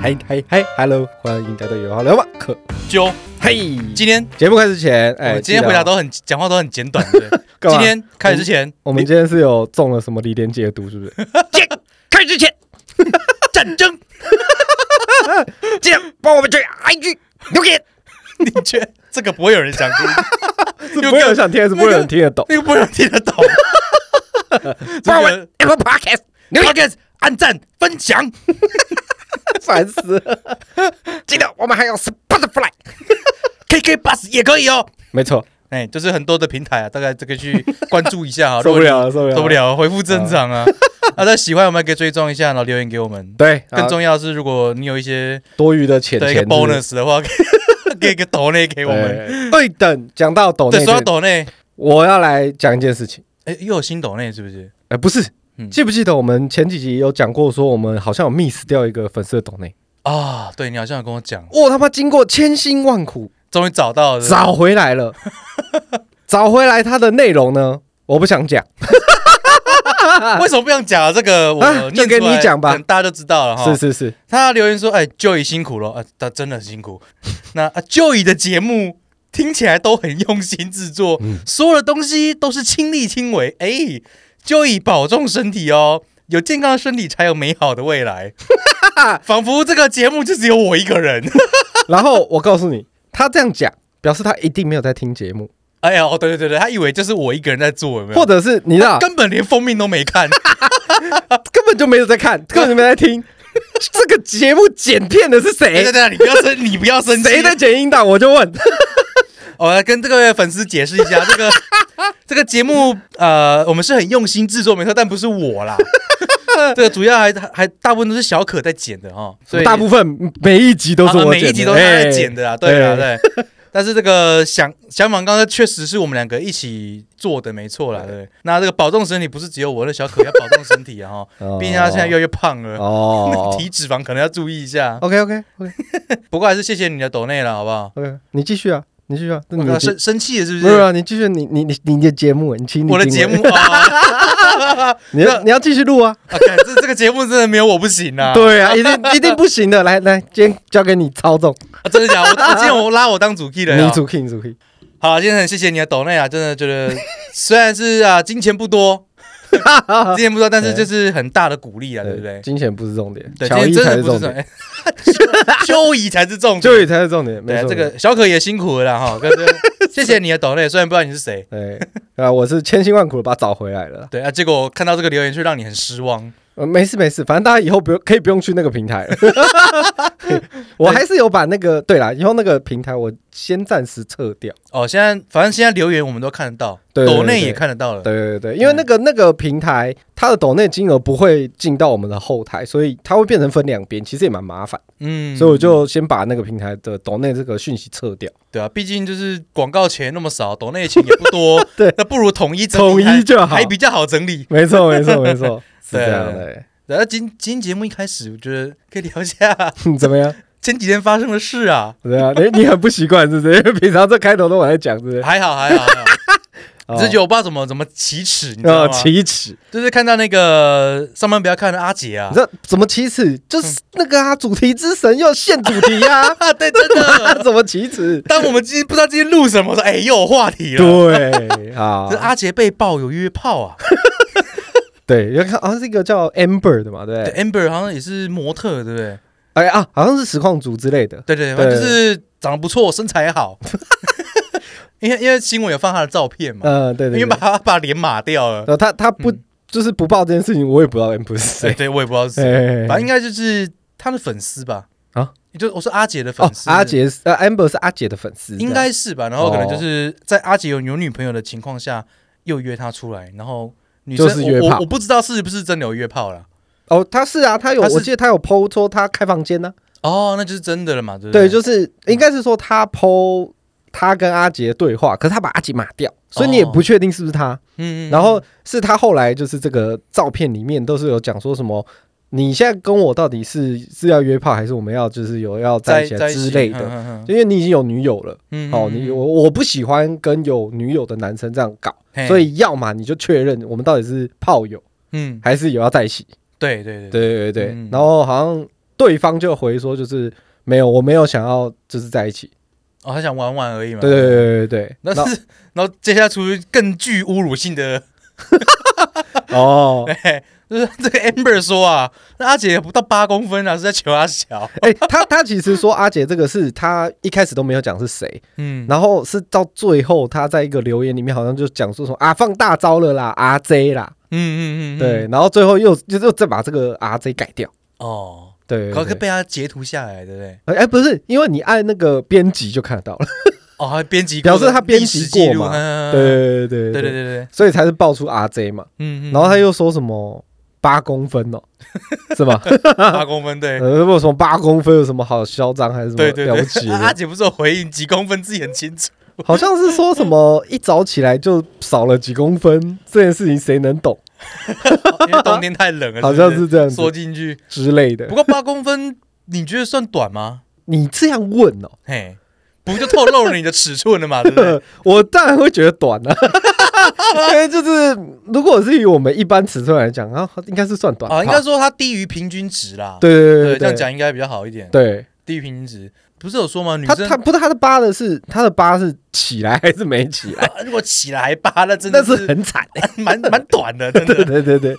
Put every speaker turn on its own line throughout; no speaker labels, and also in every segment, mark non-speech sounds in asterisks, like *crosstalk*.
嗨嗨嗨，Hello，欢迎来到有话聊吧可
啾，
嘿，
今天
节目开始前，哎，
我今
记
天
得
回答
哦
都很讲话都很简短，对不对
*laughs* 干
今
嘛嗯
天开始之前，
我们今天是有中了什么李连杰的毒，是不
*laughs*
是？
开始之前，战
*laughs*
争，
这样帮我们去 IG 留言，
*laughs* 你觉得这个不会有人想
*laughs*
听，
是不会有人想听，是不会有人听得
*laughs*
懂。
那个不会有人听得懂。
*laughs* 帮我
这
们 Apple Podcast 留
个 p o
言，
d 按赞分享，
烦死了。记得我们还有 Spotify，
KK Bus 也可以哦。
没错，
哎，就是很多的平台啊，大概这个去关注一
*laughs*
下
*laughs*
啊。
受不了了，受不
如
了
果你，
了，
受不了，回复正常啊。 *laughs* 啊，大家喜欢我们可以追踪一下，然后留言给
*laughs*
我们。
对，
更
啊
重要的是，如果你有一些
多余的钱
的一个
钱
bonus 的话， *laughs* 给一个抖内给
给
我们。。
对哎等，讲到抖
对，
内
说
这
到
个，
抖内，
我要来讲一件事情。
哎，又有新抖内是不是？
哎、不是，
嗯
记不记得我们前几集有讲过，说我们好像有 miss 掉一个粉丝的抖内，
啊，对你好像有跟我讲，
我他妈经过千辛万苦
终于找到了。
找回来
*laughs*
了，找回来它的内容呢，我不想讲，
为什么不想讲啊这个？我
啊
念
就给
出来
你讲吧
可能大家就知道了哈。
是是是，
他留言说：“哎，Joy 辛苦了，啊，他真的很辛苦。 *laughs* 那啊，Joy 的节目听起来都很用心制作，
嗯
所有的东西都是亲力亲为。哎，Joy 保重身体哦，有健康的身体才有美好的未
*laughs*
来。仿佛这个节目就只有我一个人。
然后我告诉你，他这样讲，表示他一定没有在听节目，
哎呀，哦，对对对对，他以为就是我一个人在做，有没有？
或者哎是你知道
根本连封面都
*laughs*
没看，
根本就没有在
*laughs*
看，根本就没在听，这个节目剪片的是
哎对
谁
对？对，你不要生，你不要生气。
谁在剪音档？我就问，
我哦来跟这个粉丝解释一下，这个 *laughs* 这个节目，呃，我们是很用心制作，没错，但不是我啦。 *laughs* 这个主要还还大部分都是小可在剪的哈，所以
大部分每一集都是
啊
我
每
剪的，
一集都是他在剪
哎
的啦，啊对啦
哎
对。 *laughs* 但是这个想想法刚刚确实是我们两个一起做的，没错啦，对。那这个保重身体不是只有我，那小可要保重身体啊
*laughs*
哈，毕竟他现在越来越胖了， *laughs*
哦
体脂肪可能要注意一下。
OK OK OK
不过还是谢谢你的抖内了，好不好？
OK，你继续啊，你继续啊，那你
我
的节
生生气了是不
没有
是？
啊，你继续，你你你你的节目，你请你
我的
进
节
来，
目哦啊。
你要你要继续录啊，
啊，干这这个节目真的没有我不行啊！
对啊，一定一定不行的，来来，今天交给你操
*laughs*
纵，
啊真的假的？我我今天我拉我当主 key 了呀
你。主 king 主 king，
好，啊今天很谢谢你的抖内啊，真的觉得虽然是啊金钱不多，金钱不多，但是就是很大的鼓励啊，对不对？
金钱不是重点，
对，今
乔
天
伊
真
才
的
是
不
重
是
点，
重 *laughs* 修仪才是重
就
点。
你才是重点，
对
没
啊，
错，
这个小可也辛苦了啦哈，哥
*laughs*
哥，谢谢你的抖内，虽然不知道你是谁。
对啊，我是千辛万苦地把它找回来了啦，
对啊，结果看到这个留言却让你很失望。
呃没事没事，反正大家以后不用可以不用去那个平台
*laughs*
了， *laughs* 我还是有把那个对啦，以后那个平台我先暂时撤掉。
哦，现在反正现在留言我们都看得到，
对对对
抖内
对
也看得到了。
对对对，因为那个那个平台，它的抖内金额不会进到我们的后台，所以它会变成分两边，其实也蛮麻烦，
嗯，
所以我就先把那个平台的抖内这个讯息撤掉，，
对啊，毕竟就是广告钱那么少，抖内钱也不多
对，
那不如统一整
统
理还
一就好
还。比较好整理。
没错，没错，没
*laughs*
错，是
对
这样的。
然后今今天节目一开始，我觉得可以聊一下
你嗯怎么样？
前几天发生的事啊，
对啊，你你很不习惯是不是？ *laughs* 因为平常这开头都我在讲，是不是？
还好还好，还好
哦
只是觉得我不知道怎么怎么启齿，你知道
哦，
吗？
奇耻，
就是看到那个上班不要看的阿杰啊，
你知，道怎么奇耻？就是那个啊，主题之神又现主题啊
*laughs* 啊对，真的。
怎么奇耻？
但我们今天不知道今天录什么，说哎又有话题了。
对啊
这，阿杰被爆有约炮啊，
对，要看啊，这个叫 Amber 的嘛，对不
对
对？
，Amber 好像也是模特，对不对？
哎啊，好像是实况组之类的。
对对，反正
对
就是长得不错，身材好。 *laughs* 因为因为新闻有放他的照片嘛，
嗯，对对
因
对，
为把他把脸码掉了。
呃，他他不、
嗯
就是不报这件事情，我也不知道 M 不是
对
谁。
对，我也不知 *laughs* 道是谁，
哎，
反正应该就是他的粉丝吧。
啊，
就我是阿杰的粉
哦，
丝，
阿杰是呃，amber 是阿杰的粉丝，啊哦
应
这样
该是吧。然后可能就是在阿杰有有女朋友的情况下，又约他出来，然后女生
就是约
我
炮
我我不知道是不是真的有约炮啦。
哦，他是啊，他有，
他是
我记得他有 PO 说他开房间呢、
哦，那就是真的了嘛，对不
对，
对？
就是应该是说他 PO 他跟阿杰对话，可是他把阿杰码掉，所以你也不确定是不是他。
哦嗯，嗯嗯
然后是他后来就是这个照片里面都是有讲说什么。你现在跟我到底是是要约炮，还是我们要就是有要在
在
一起啊
在一起
之类
嗯
的？
嗯
因为你已经有女友了，
嗯嗯
哦，你我我不喜欢跟有女友的男生这样搞，
嗯嘿
所以要哦么你就确认我们到底是炮友
嗯，
还是有要在一起。
对对对，
对对对，
嗯
然后好像对方就回说就是没有，我没有想要就是在一起。
哦，他想玩玩而已嘛。
对对对对对，
*laughs* 那
然后
是，然后接下来出于更具侮辱性的， *laughs*
哦，
哎，就是这个 Amber 说啊，那阿姐不到八公分啊，是在求阿小，
哎，他他其实说阿杰这个是他一开始都没有讲是谁，
嗯，
然后是到最后他在一个留言里面好像就讲说什么啊放大招了啦，RJ 啦，
嗯嗯嗯，嗯
对，，然后最后又又又再把这个 RJ 改掉，
哦，
对，
可可
对
被他截图下来，对不对？
哎、不是，因为你按那个编辑就看得到了，
哦，还编辑
表示他编辑过嘛
嘛
对对对
对嗯对
对
对
对
对对，
所以才是爆出 RJ 嘛，
嗯，嗯
然后他又说什么八公分哦， *laughs* 是吧？
八公分，
*laughs*
对。
呃，为什么八公分有什么好嚣张还是什么
对对
了不起
对，
的？
啊 *laughs* 阿姐不是有回应几公分自己很清
*laughs*
楚，
好像是说什么一早起来就少了几公分这件事情，谁能懂？
因为冬天太冷了，
好像
是不
是这样
是缩
子
进去。
之类的
不。过八公分，你觉得算短吗？
你这样问哦、
嘿，不就透露了你的尺寸了嘛，对不 *laughs* 对？
我当然会觉得短
*laughs*
了、因为就是如果是以我们一般尺寸来讲，啊，应该是算短
啊，
吧
应该说它低于平均值啦。
对对对
这样
对
讲应该比较好一点。
对。
低于平均值，不是有说吗？女
他
生
他不是他的疤的是他的疤是起来还 *laughs* 是没起来？
啊如果起来扒，那真
那
的
是
是
很
*laughs*
惨的、
蛮蛮短的，
*laughs*
真
对
的。
对对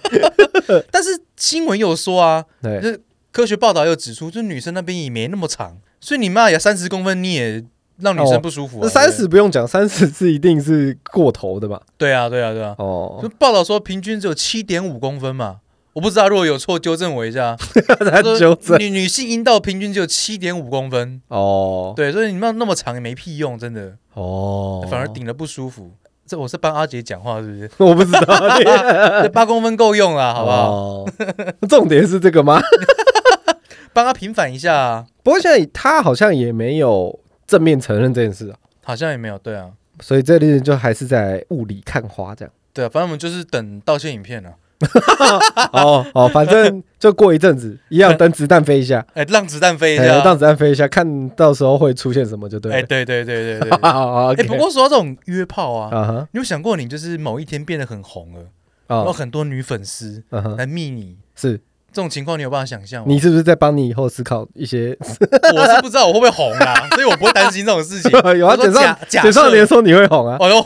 对
但是新闻有说啊，
对，
就是科学报道有指出，就是女生那边也没那么长，所以你妈也三十公分，你也让女生不舒服、啊。
那哦三十不用讲，三十是一定是过头的嘛。
对啊，对啊，对啊。
哦
就，报道说平均只有七点五公分嘛，我不知道，如果有错纠正我一下。
*laughs* 他
说
纠正
女女性阴道平均只有七点五公分，
哦
对，所以你妈那么长也没屁用，真的，
哦，
反而顶了不舒服。这我是帮阿杰讲话是不 *laughs* 是？
*laughs* 我不知道，你
这八公分够用了，好不好？
哦？重点是这个吗？ *laughs*
帮他平反一下啊，
不过现在他好像也没有正面承认这件事啊，
好像也没有，对啊，
所以这里就还是在雾里看花
*laughs*
这样。
对啊，反正我们就是等道歉影片啊了。
哦哦，反正就过一阵子，一样等子弹飞一下，
哎，让子弹 *laughs* 飞一
哎
下，
让子弹飞一下，看到时候会出现什么就对
哎，
了。
对对对对
*laughs*
*laughs* 对。
好好，
哎，不过说到这种约炮啊，
啊哈
你有想过你就是某一天变得很红了，然后
哦，
很多女粉丝
嗯哼，
来密你，
是
这种情况你有办法想象吗？
你是不是在帮你以后思考一些？。
我是不知道我会不会红啦，所以我不会担心这种 *laughs* 事情
*laughs* 有啊，
我说
简
假
少
假
简少年
设，
说你会红啊
哦哟，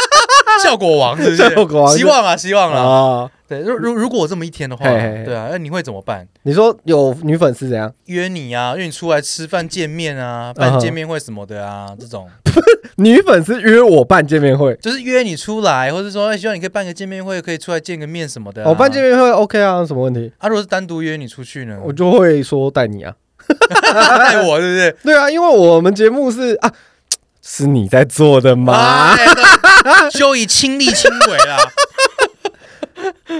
*laughs* 效果王是不是？
效果王
希望啊，希望啊。
啊！
对，如如如果我这么一天的话，
嘿嘿嘿
对啊，那你会怎么办？
你说有女粉丝怎样？
约你啊，约你出来吃饭见面
嗯
啊，办
哼
见面会什么的啊，这种
女粉丝约我办见面会，
就是约你出来，或者说哎希望你可以办个见面会，可以出来见个面什么的啊。
我哦办见面会 OK 啊，有什么问题？
啊，如果是单独约你出去呢，
我就会说带你啊。
带我对不对？
对啊，因为我们节目是啊，是你在做的吗？
哎，对就以亲力亲为啦。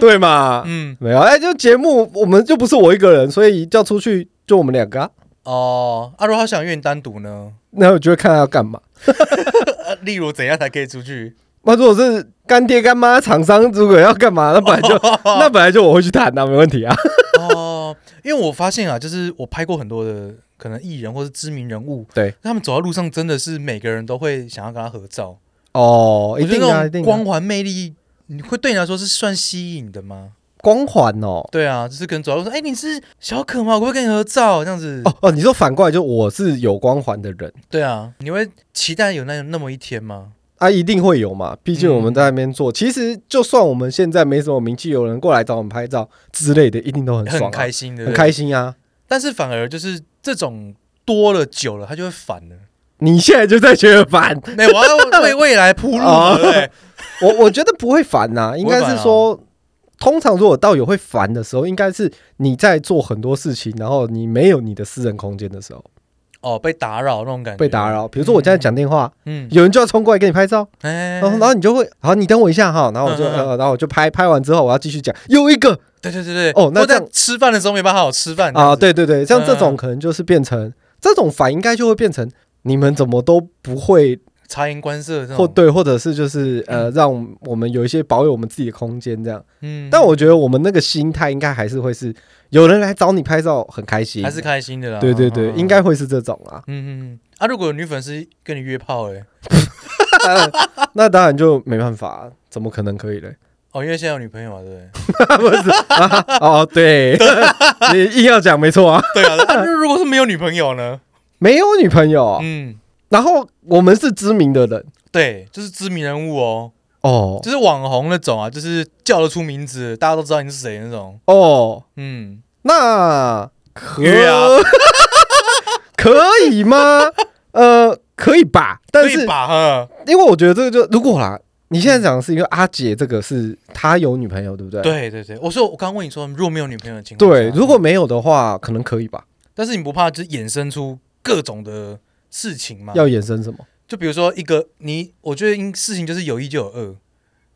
对嘛？
嗯，
没有，哎，就节目我们就不是我一个人，所以叫出去就我们两个、啊，
哦，啊，如果他想约你单独呢？
那我就会看他要干嘛。
呃，例如怎样才可以出去？
那如果是干爹干妈厂商，如果要干嘛，那 *laughs* 本来就、
*laughs*
那本来就我会去谈啊，没问题啊。
哦，因为我发现啊，就是我拍过很多的可能艺人或是知名人物，
对
他们走在路上真的是每个人都会想要跟他合照，
哦，
我
一
觉得
定啊，
那
一定
种
啊、
光环魅力，你会对你来说是算吸引的吗？
光环哦。
对啊，就是可能走在路上，哎、你是小可吗？我可不可以跟你合照？这样子，
哦哦，你说反过来就我是有光环的人
对啊，你会期待有那那么一天吗？
啊，一定会有嘛，毕竟
嗯
我们在那边做，其实就算我们现在没什么名气，有人过来找我们拍照之类的，一定都很爽、啊，
很开心的，
很开
心。
心啊。
但是反而就是这种多了久了，他就会烦了。
你现在就在觉得
*laughs*
烦，
没有，我要为未来铺路嘛，
哦
对不对？
我我觉得不会烦呐、
啊
应该是说，通常如果到有会烦的时候，应该是你在做很多事情，然后你没有你的私人空间的时候
哦，被打扰那种感觉，
被打，扰。比如说我现在讲电话，
嗯，
有人就要冲过来跟你拍照，
哎，
然后然后你就会，好，你等我一下哈，然后我就
嗯嗯嗯
呃，然后我就拍拍完之后，我要继续讲又一个
对对对对，
哦那这
或者在
样
吃饭的时候没办法好好吃饭
啊，，对对对，像这
嗯嗯
种可能就是变成这种烦，应该就会变成。你们怎么都不会，
察言观色这种，
或对，或者是就是呃，让我们有一些保有我们自己的空间这样。
嗯
但我觉得我们那个心态应该还是会是有人来找你拍照很开心，
嗯还是开心的啦，
对对对，
嗯。
应该，会是这种啊
嗯嗯嗯，啊，如果有女粉丝跟你约炮，哎，
啊那当然就没办法，怎么可能可以嘞？ *laughs*
哦，因为现在有女朋友嘛，对不 *laughs* 对？
不是啊哦，对，
*laughs*
你硬要讲没错啊， *laughs*
对啊，那如果是没有女朋友呢？
没有女朋友，
嗯，
然后我们是知名的人
对，就是知名人物哦，
哦
就是网红那种啊，就是叫得出名字，大家都知道你是谁那种。
哦，
嗯，
那可
约啊
*laughs* 可以
*laughs*
吗？呃，可以吧，但
对
是
吧？哈，
因为我觉得这个就如果啦，你现在讲的是一个阿姐，这个是她有女朋友，对不对？
对对对，我说我刚问你说，如果没有女朋友的情况
对，
下
如果没有的话，可能可以吧？
但是你不怕就是衍生出各种的事情吗？
要衍生什么？
就比如说一个你，我觉得应事情就是有一就有二，
啊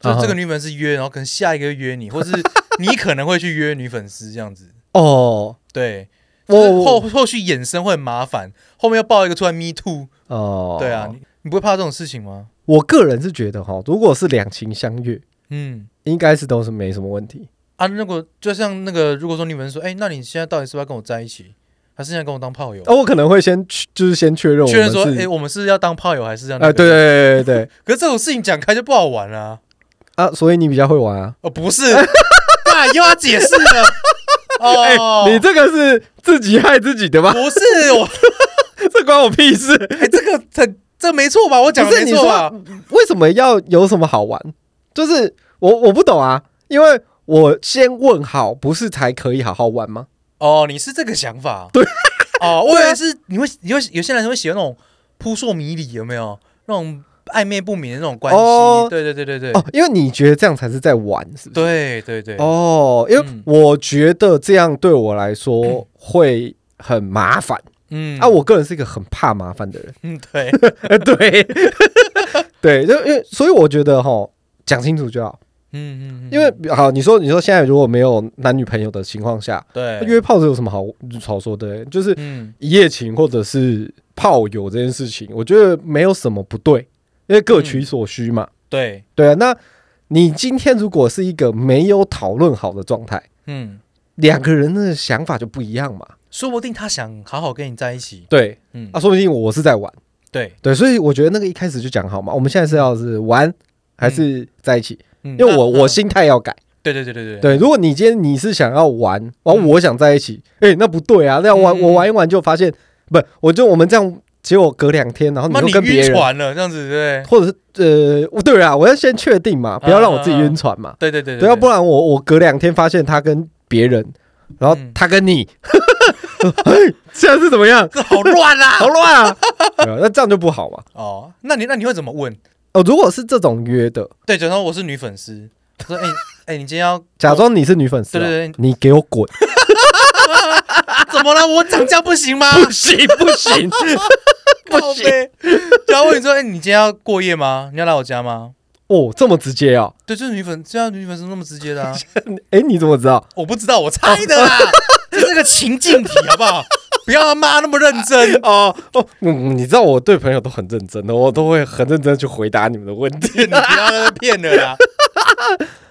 就
哈
这个女粉丝约，然后可能下一个又
*laughs*
约你，或是你可能会去约女粉丝这样子。
哦，
对，就是后
我
后续衍生会很麻烦，后面又爆一个出来 me too，
哦，
对啊，，你你不会怕这种事情吗？
我个人是觉得哈，如果是两情相悦，
嗯。
应该是都是没什么问题。
啊，如果就像那个，如果说女粉丝说，哎、那你现在到底是不是要跟我在一起，还是现在跟我当炮友？
哦，我可能会先去就是先确认我
确认说，
们
哎、
是，
我们是要当炮友还是要、那
哎，
个
对对对对对
可是这种事情讲开就不好玩啦、
啊，所以你比较会玩啊。
哦，
*laughs*
不是，那又要解释了。
哎
哦，，
你这个是自己害自己的吗？
*laughs* 不是我，
*laughs* 这关我屁事。
哎、这个这这没错吧？我讲
不
的
是
没
你
错吧？
说为什么要有什么好玩？就是我我不懂啊，因为我先问好，不是才可以好好玩吗？
哦，你是这个想法？对。 *laughs* 哦，我以
对啊
为是你会，你会有些人会喜欢那种扑朔迷离，有没有？那种暧昧不明的那种关系？
哦
对对对对对，
哦，因为你觉得这样才是在玩，是不是？
对对对。
哦，因为
嗯
我觉得这样对我来说会很麻烦、
嗯
啊，我个人是一个很怕麻烦的人。
嗯 *laughs*
*laughs*
对，
呃，对，对，就因为所以我觉得哈，讲清楚就好。
嗯嗯嗯，
因为好，你说你说现在如果没有男女朋友的情况下，
对
约炮是有什么好好说的、就是
嗯
一夜情或者是炮友这件事情，我觉得没有什么不对，因为各取所需嘛。
对
对啊，那你今天如果是一个没有讨论好的状态，
嗯，
两个人的想法就不一样嘛。
说不定他想好好跟你在一起。
对
嗯
啊，说不定我是在玩。
对，
对，所以我觉得那个一开始就讲好嘛，我们现在是要是玩还是在一起？
因
因为我我心态要改。
嗯对对对对对
对，如果你今天你是想要玩，完
嗯
我想在一起，哎，那不对啊！那样玩
嗯
我玩一玩就发现，不，我就我们这样，结果隔两天，然后你
妈
又
你
跟别
晕
人，
船了这样子，对
或者是呃，对啊，我要先确定嘛，不要让我自己晕船嘛，
对对嗯对
对，啊要不然我我隔两天发现他跟别人，然后
嗯
他跟你， *laughs* 哎，这样是怎么
*laughs*
样？
这好乱啊！
*laughs* 好乱啊！对啊那这样就不好嘛。
哦，那你那你会怎么问？
哦，如果是这种约的，
对，假装我是女粉丝，我说哎哎，你今天要
*laughs* 假装你是女粉丝啊，
对对对
你给我滚！
啊怎么了？我涨价 *laughs* 不
*laughs*
行吗？
行不行？
靠背，然后问你说，哎，你今天要过夜吗？你要来我家吗？
*laughs* 哦，这么直接 *laughs* 哦？
对，就是女粉，这样女粉丝那么直
*laughs*
接的啊，
哎，你怎么知道？
我不知道，我猜的啦，这是个情境题，好不好？不要他妈那么认真，
*laughs* 哦哦，嗯，你知道我对朋友都很认真的，我都会很认真地去回答你们的问题。
你不要再骗了啦。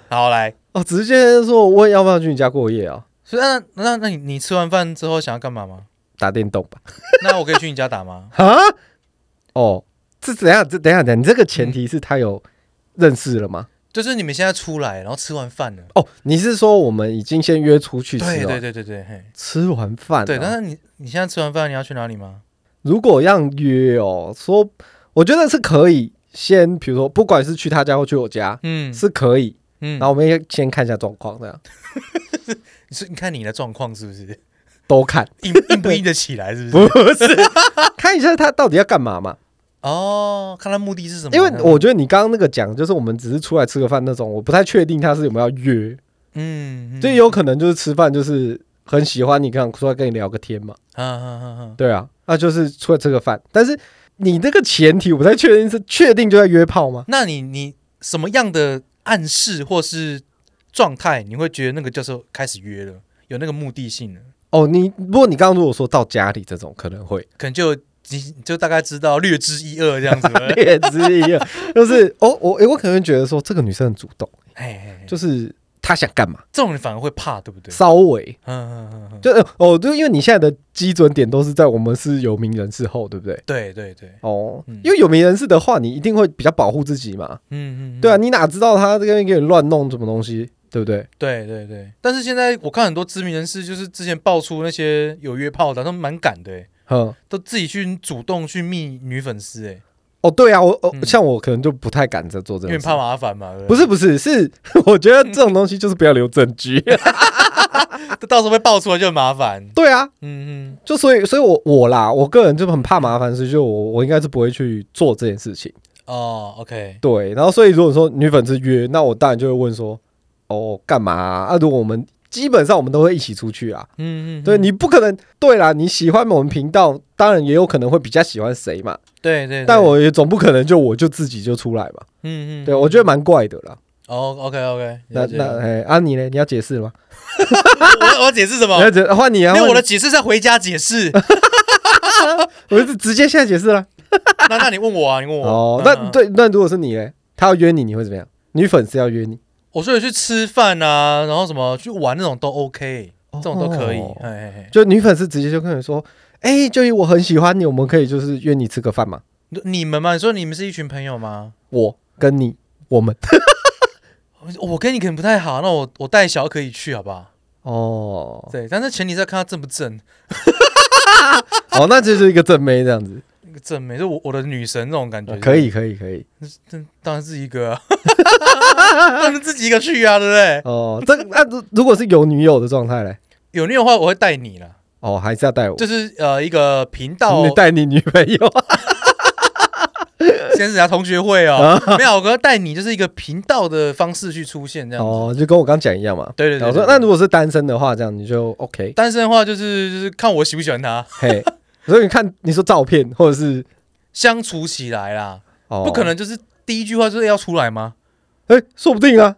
好，来，
哦，直接说我要不要去你家过夜啊？
所以那那那你你吃完饭之后想要干嘛吗？
打电动吧？
那我可以去你家打吗？
啊？哦，这等一下这等一下等一下，你这个前提是他有认识了吗？
就是你们现在出来，然后吃完饭了。
哦，你是说我们已经先约出去吃
对
了？
对对对对，嘿，
吃完饭、啊，
对。但是你你现在吃完饭你要去哪里吗？
如果要约哦，说我觉得是可以先，比如说不管是去他家或去我家，
嗯
是可以。
嗯，
然后我们也先看一下状况，这样
你是你看你的状况是不 *laughs* 是
都 *laughs* 看，
硬硬不硬得起来？是不
不
是？
是看一下他到底要干嘛嘛？
哦，看他目的是什么？
因为我觉得你刚刚那个讲，就是我们只是出来吃个饭那种，我不太确定他是有没有要约，
嗯，嗯
所以有可能就是吃饭就是很喜欢你，刚出来跟你聊个天嘛，
啊啊啊啊，
对啊，那就是出来吃个饭，但是你那个前提我不太确定是确定就在约炮吗？
那你你什么样的暗示或是状态，你会觉得那个叫做开始约了，有那个目的性了？
哦，你如果你刚刚如果说到家里这种可能会
可能就你就大概知道略知一二这样子吧。
*laughs*
*laughs*
略知一二，就是哦我诶我可能会觉得说这个女生很主动，
哎，
就是他想干嘛，
这种人反而会怕，对不对？
稍微
嗯嗯嗯嗯，
就呃哦，就因为你现在的基准点都是在我们是有名人士后，对不对？
对对对，
哦
嗯，
因为有名人士的话，你一定会比较保护自己嘛。
嗯嗯，嗯
对啊，，你哪知道他这个给你乱弄什么东西，对不对？
对对对。但是现在我看很多知名人士，就是之前爆出那些有约炮的，他们蛮敢的欸，
哼，
都自己去主动去密女粉丝，哎，
哦，对啊，我哦，
嗯
像我可能就不太敢再做这
因
种
为
事
怕。麻烦嘛，对
不
不
是不是，是 *laughs* 我觉得这种东西就是不要留证据。
嗯是，啊到时候被爆出来就很麻烦。
*laughs* 对啊，
嗯嗯
就所以所以我我啦，我个人就很怕麻烦，所以就我我应该是不会去做这件事情。
哦，OK，
对，然后所以如果说女粉丝约，那我当然就会问说，哦，干嘛啊？啊如果我们基本上我们都会一起出去啊，
嗯嗯，嗯
对你不可能对啦，你喜欢我们频道，当然也有可能会比较喜欢谁嘛，
对对，对
但我也总不可能就我就自己就出来嘛，
嗯嗯，
对我觉得蛮怪的啦。
哦，OK OK，
那那哎，啊你呢？你要解释吗？
我我要解释什么
你？要解换你啊，
哦没有，
换
我
你
的解释是要回家
*laughs*
解释。
我就直接现在解释了。
那那你问我啊，你问我。
哦
嗯，
那，对，那如果是你嘞，他要约你，你会怎么样？女粉丝要约你，
我说有去吃饭啊，然后什么去玩那种都 OK，
哦
这种都可以。嘿嘿嘿
就女粉丝直接就跟你说，哎，就我很喜欢你，我们可以就是约你吃个饭嘛。
你你们嘛，你说你们是一群朋友吗？
我跟你，我们
我跟你可能不太好，那我我带小可以去好不好？
哦，
对，但是前提是要看他正不正，
哦，那就是一个正妹这样子，
那个正没，就我我的女神那种感觉。
呃可以，可以，可以。
这，当然自己一个、啊， *laughs* 当然自己一个去啊，对不对？
*laughs* 哦，这那如如果是有女友的状态嘞，
有你的话，我会带你啦，
哦，还是要带我，
就是呃一个频道
你带你女朋友啊，
*laughs* 先是人家同学会哦，
啊
没有，我要带你就是一个频道的方式去出现这样子。
哦，就跟我刚讲一样嘛。
对
然
对对
后说，
对
那如果是单身的话，这样你就
*laughs*
OK，
单身的话，就是就是看我喜不喜欢他，
嘿。所以你看，你说照片或者是
相处起来啦，
哦，
不可能就是第一句话就是要出来吗？
哎、说不定
*laughs*
啊。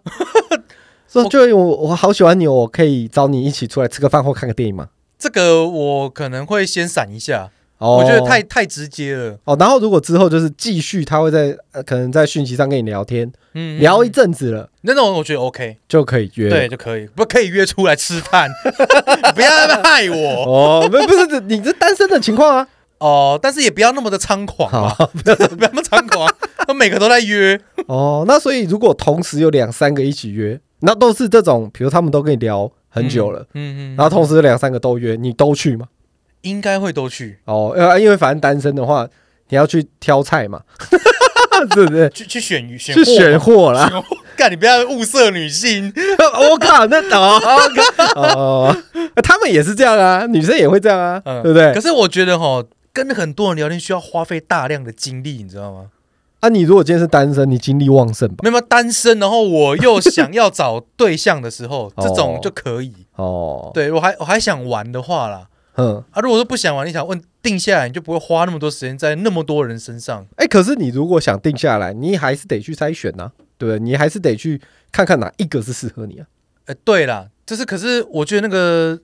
说
我
就我我好喜欢你哦，我可以找你一起出来吃个饭或看个电影嘛。
这个我可能会先闪一下，
哦
我觉得太太直接了。
哦。然后如果之后就是继续，他会在、呃、可能在讯息上跟你聊天，
嗯，
聊一
嗯
阵子了
那种我觉得 OK，
就可以约。
对，就可以，不可以约出来吃饭， *laughs* 不要
*laughs*
害我
哦，不不是这你这单身的情况啊。
哦，但是也不要那么的猖狂嘛，
好
*laughs* 不要那么猖狂，啊他每个都在约，
哦，那所以如果同时有两三个一起约，那都是这种，比如他们都跟你聊很久了，
嗯，嗯嗯，
然后同时有两三个都约，你都去吗？
应该会都去，
哦，呃，因为反正单身的话，你要去挑菜嘛， *laughs* 对不对？
去去选鱼选
去
货
选
嘛
货啦。
干，你不要物色女性，
*laughs* 我靠，那哦哦，他们也是这样啊，女生也会这样啊，
嗯
对不对
可？是我觉得哈，跟很多人聊天需要花费大量的精力，你知道吗？
啊，你如果今天是单身，你精力旺盛吧？，
没有单身，然后我又想要找对象的时候
*laughs*
这种就可以。
哦，，
对我还我还想玩的话啦，
嗯，
啊，如果说不想玩，你想问定下来，你就不会花那么多时间在那么多人身上。
哎，可是你如果想定下来，你还是得去筛选呐、对不对？你还是得去看看哪一个是适合你啊。
呃，对啦，就是可是我觉得那个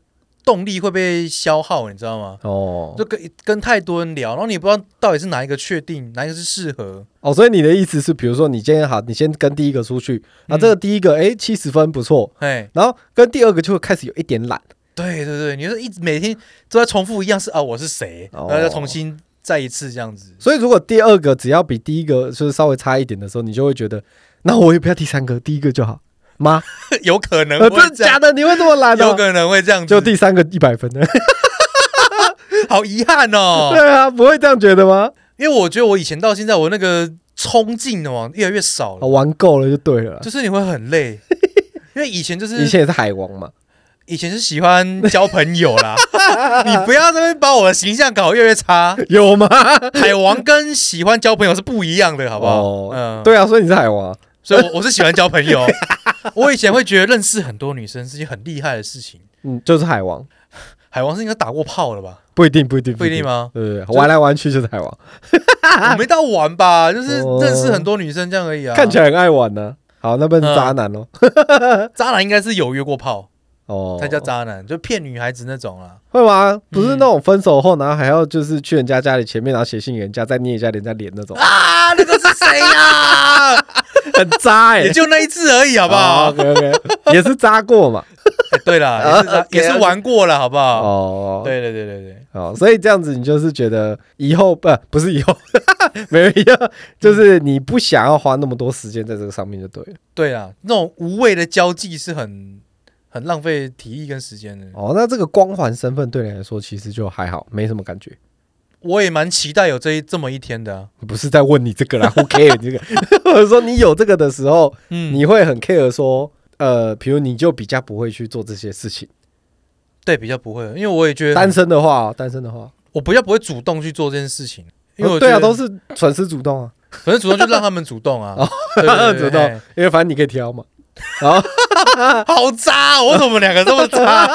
动力会被消耗，你知道吗？
哦
就跟跟太多人聊，然后你也不知道到底是哪一个确定，哪一个是适合。
哦，所以你的意思是，比如说你今天好，你先跟第一个出去，啊，
嗯
这个第一个哎七十分不错，
哎，
然后跟第二个就会开始有一点懒，
对对对，你就是一直每天都在重复一样是啊，我是谁，然
哦
后再重新再一次这样子。 *laughs*
所以如果第二个只要比第一个就是稍微差一点的时候，你就会觉得，那我也不要第三个，第一个就好妈。
有可能
呃，
会
真的
这样，
假的？你会这么懒
有
的？
可能会这样子，
就第三个一百分的，
好遗憾哦。
*laughs* 对啊，不会这样觉得吗？
因为我觉得我以前到现在，我那个冲劲哦越来越少
啊
了，
玩够了就对了啦。
就是你会
*laughs*
很累。因为以前就是
以前也是海王
*laughs*
嘛，
以前是喜欢交朋友
*laughs*
啦，你不要这边把我的形象搞得越来越差。
有吗？
海王跟喜欢交朋友是不一样的，好不好？
哦
嗯，，
对啊，所以你是海王啊。
所以我我是喜欢交朋友。 *laughs* 我以前会觉得认识很多女生是一件很厉害的事情。
嗯，就是海王，
海王是应该打过炮了吧？
不一定，不一定，
不一
*laughs*
定？吗？
对对对，
就
玩来玩去就是海王，
我没到玩吧，就是认识很多女生这样而已啊。
哦看起来很爱玩呢。好，那不是渣男咯。
渣男应该是有约过炮，
哦，
他叫渣男，就骗女孩子那种
*laughs*
啊啦。
会吗？不是那种分手后，然后还要就是去人家
*laughs*
家里前面，然后写信给人家，再捏一下人家脸那种。
啊，那个是谁呀、
很渣哎、
*laughs* 也就那一次而已，好
好
不好？
？OK
*laughs*
OK，也是渣过嘛。
哎对了，也是
*laughs* 啊
他也是
OK，OK
玩过了，好不好？
哦，
对对对对对，
哦，所以这样子你就是觉得以后不、不是以后， *laughs* 没人要，就是你不想要花那么多时间在这个上面就对了。
对啊，那种无谓的交际是很很浪费体力跟时间的。
哦，那这个光环身份对你来说其实就还好，没什么感觉。
我也蛮期待有这一这么一天的啊。
不是在问你这个啦，Who care 你这个？ *laughs* 我是说你有这个的时候，
嗯，
你会很 care 说，呃，比如你就比较不会去做这些事情。
对比较不会，因为我也觉
单
得
身的话哦，单身的话，
我比较不会主动去做这件事情，因为
哦 *laughs*
我
对啊，
觉得
都是粉丝主动啊，
反正主动就让他们主动啊
*laughs* 哦，
对对对
主动
哎
因为反正你可以挑嘛。然后
好渣哦，我怎么两个这
*laughs*
么渣？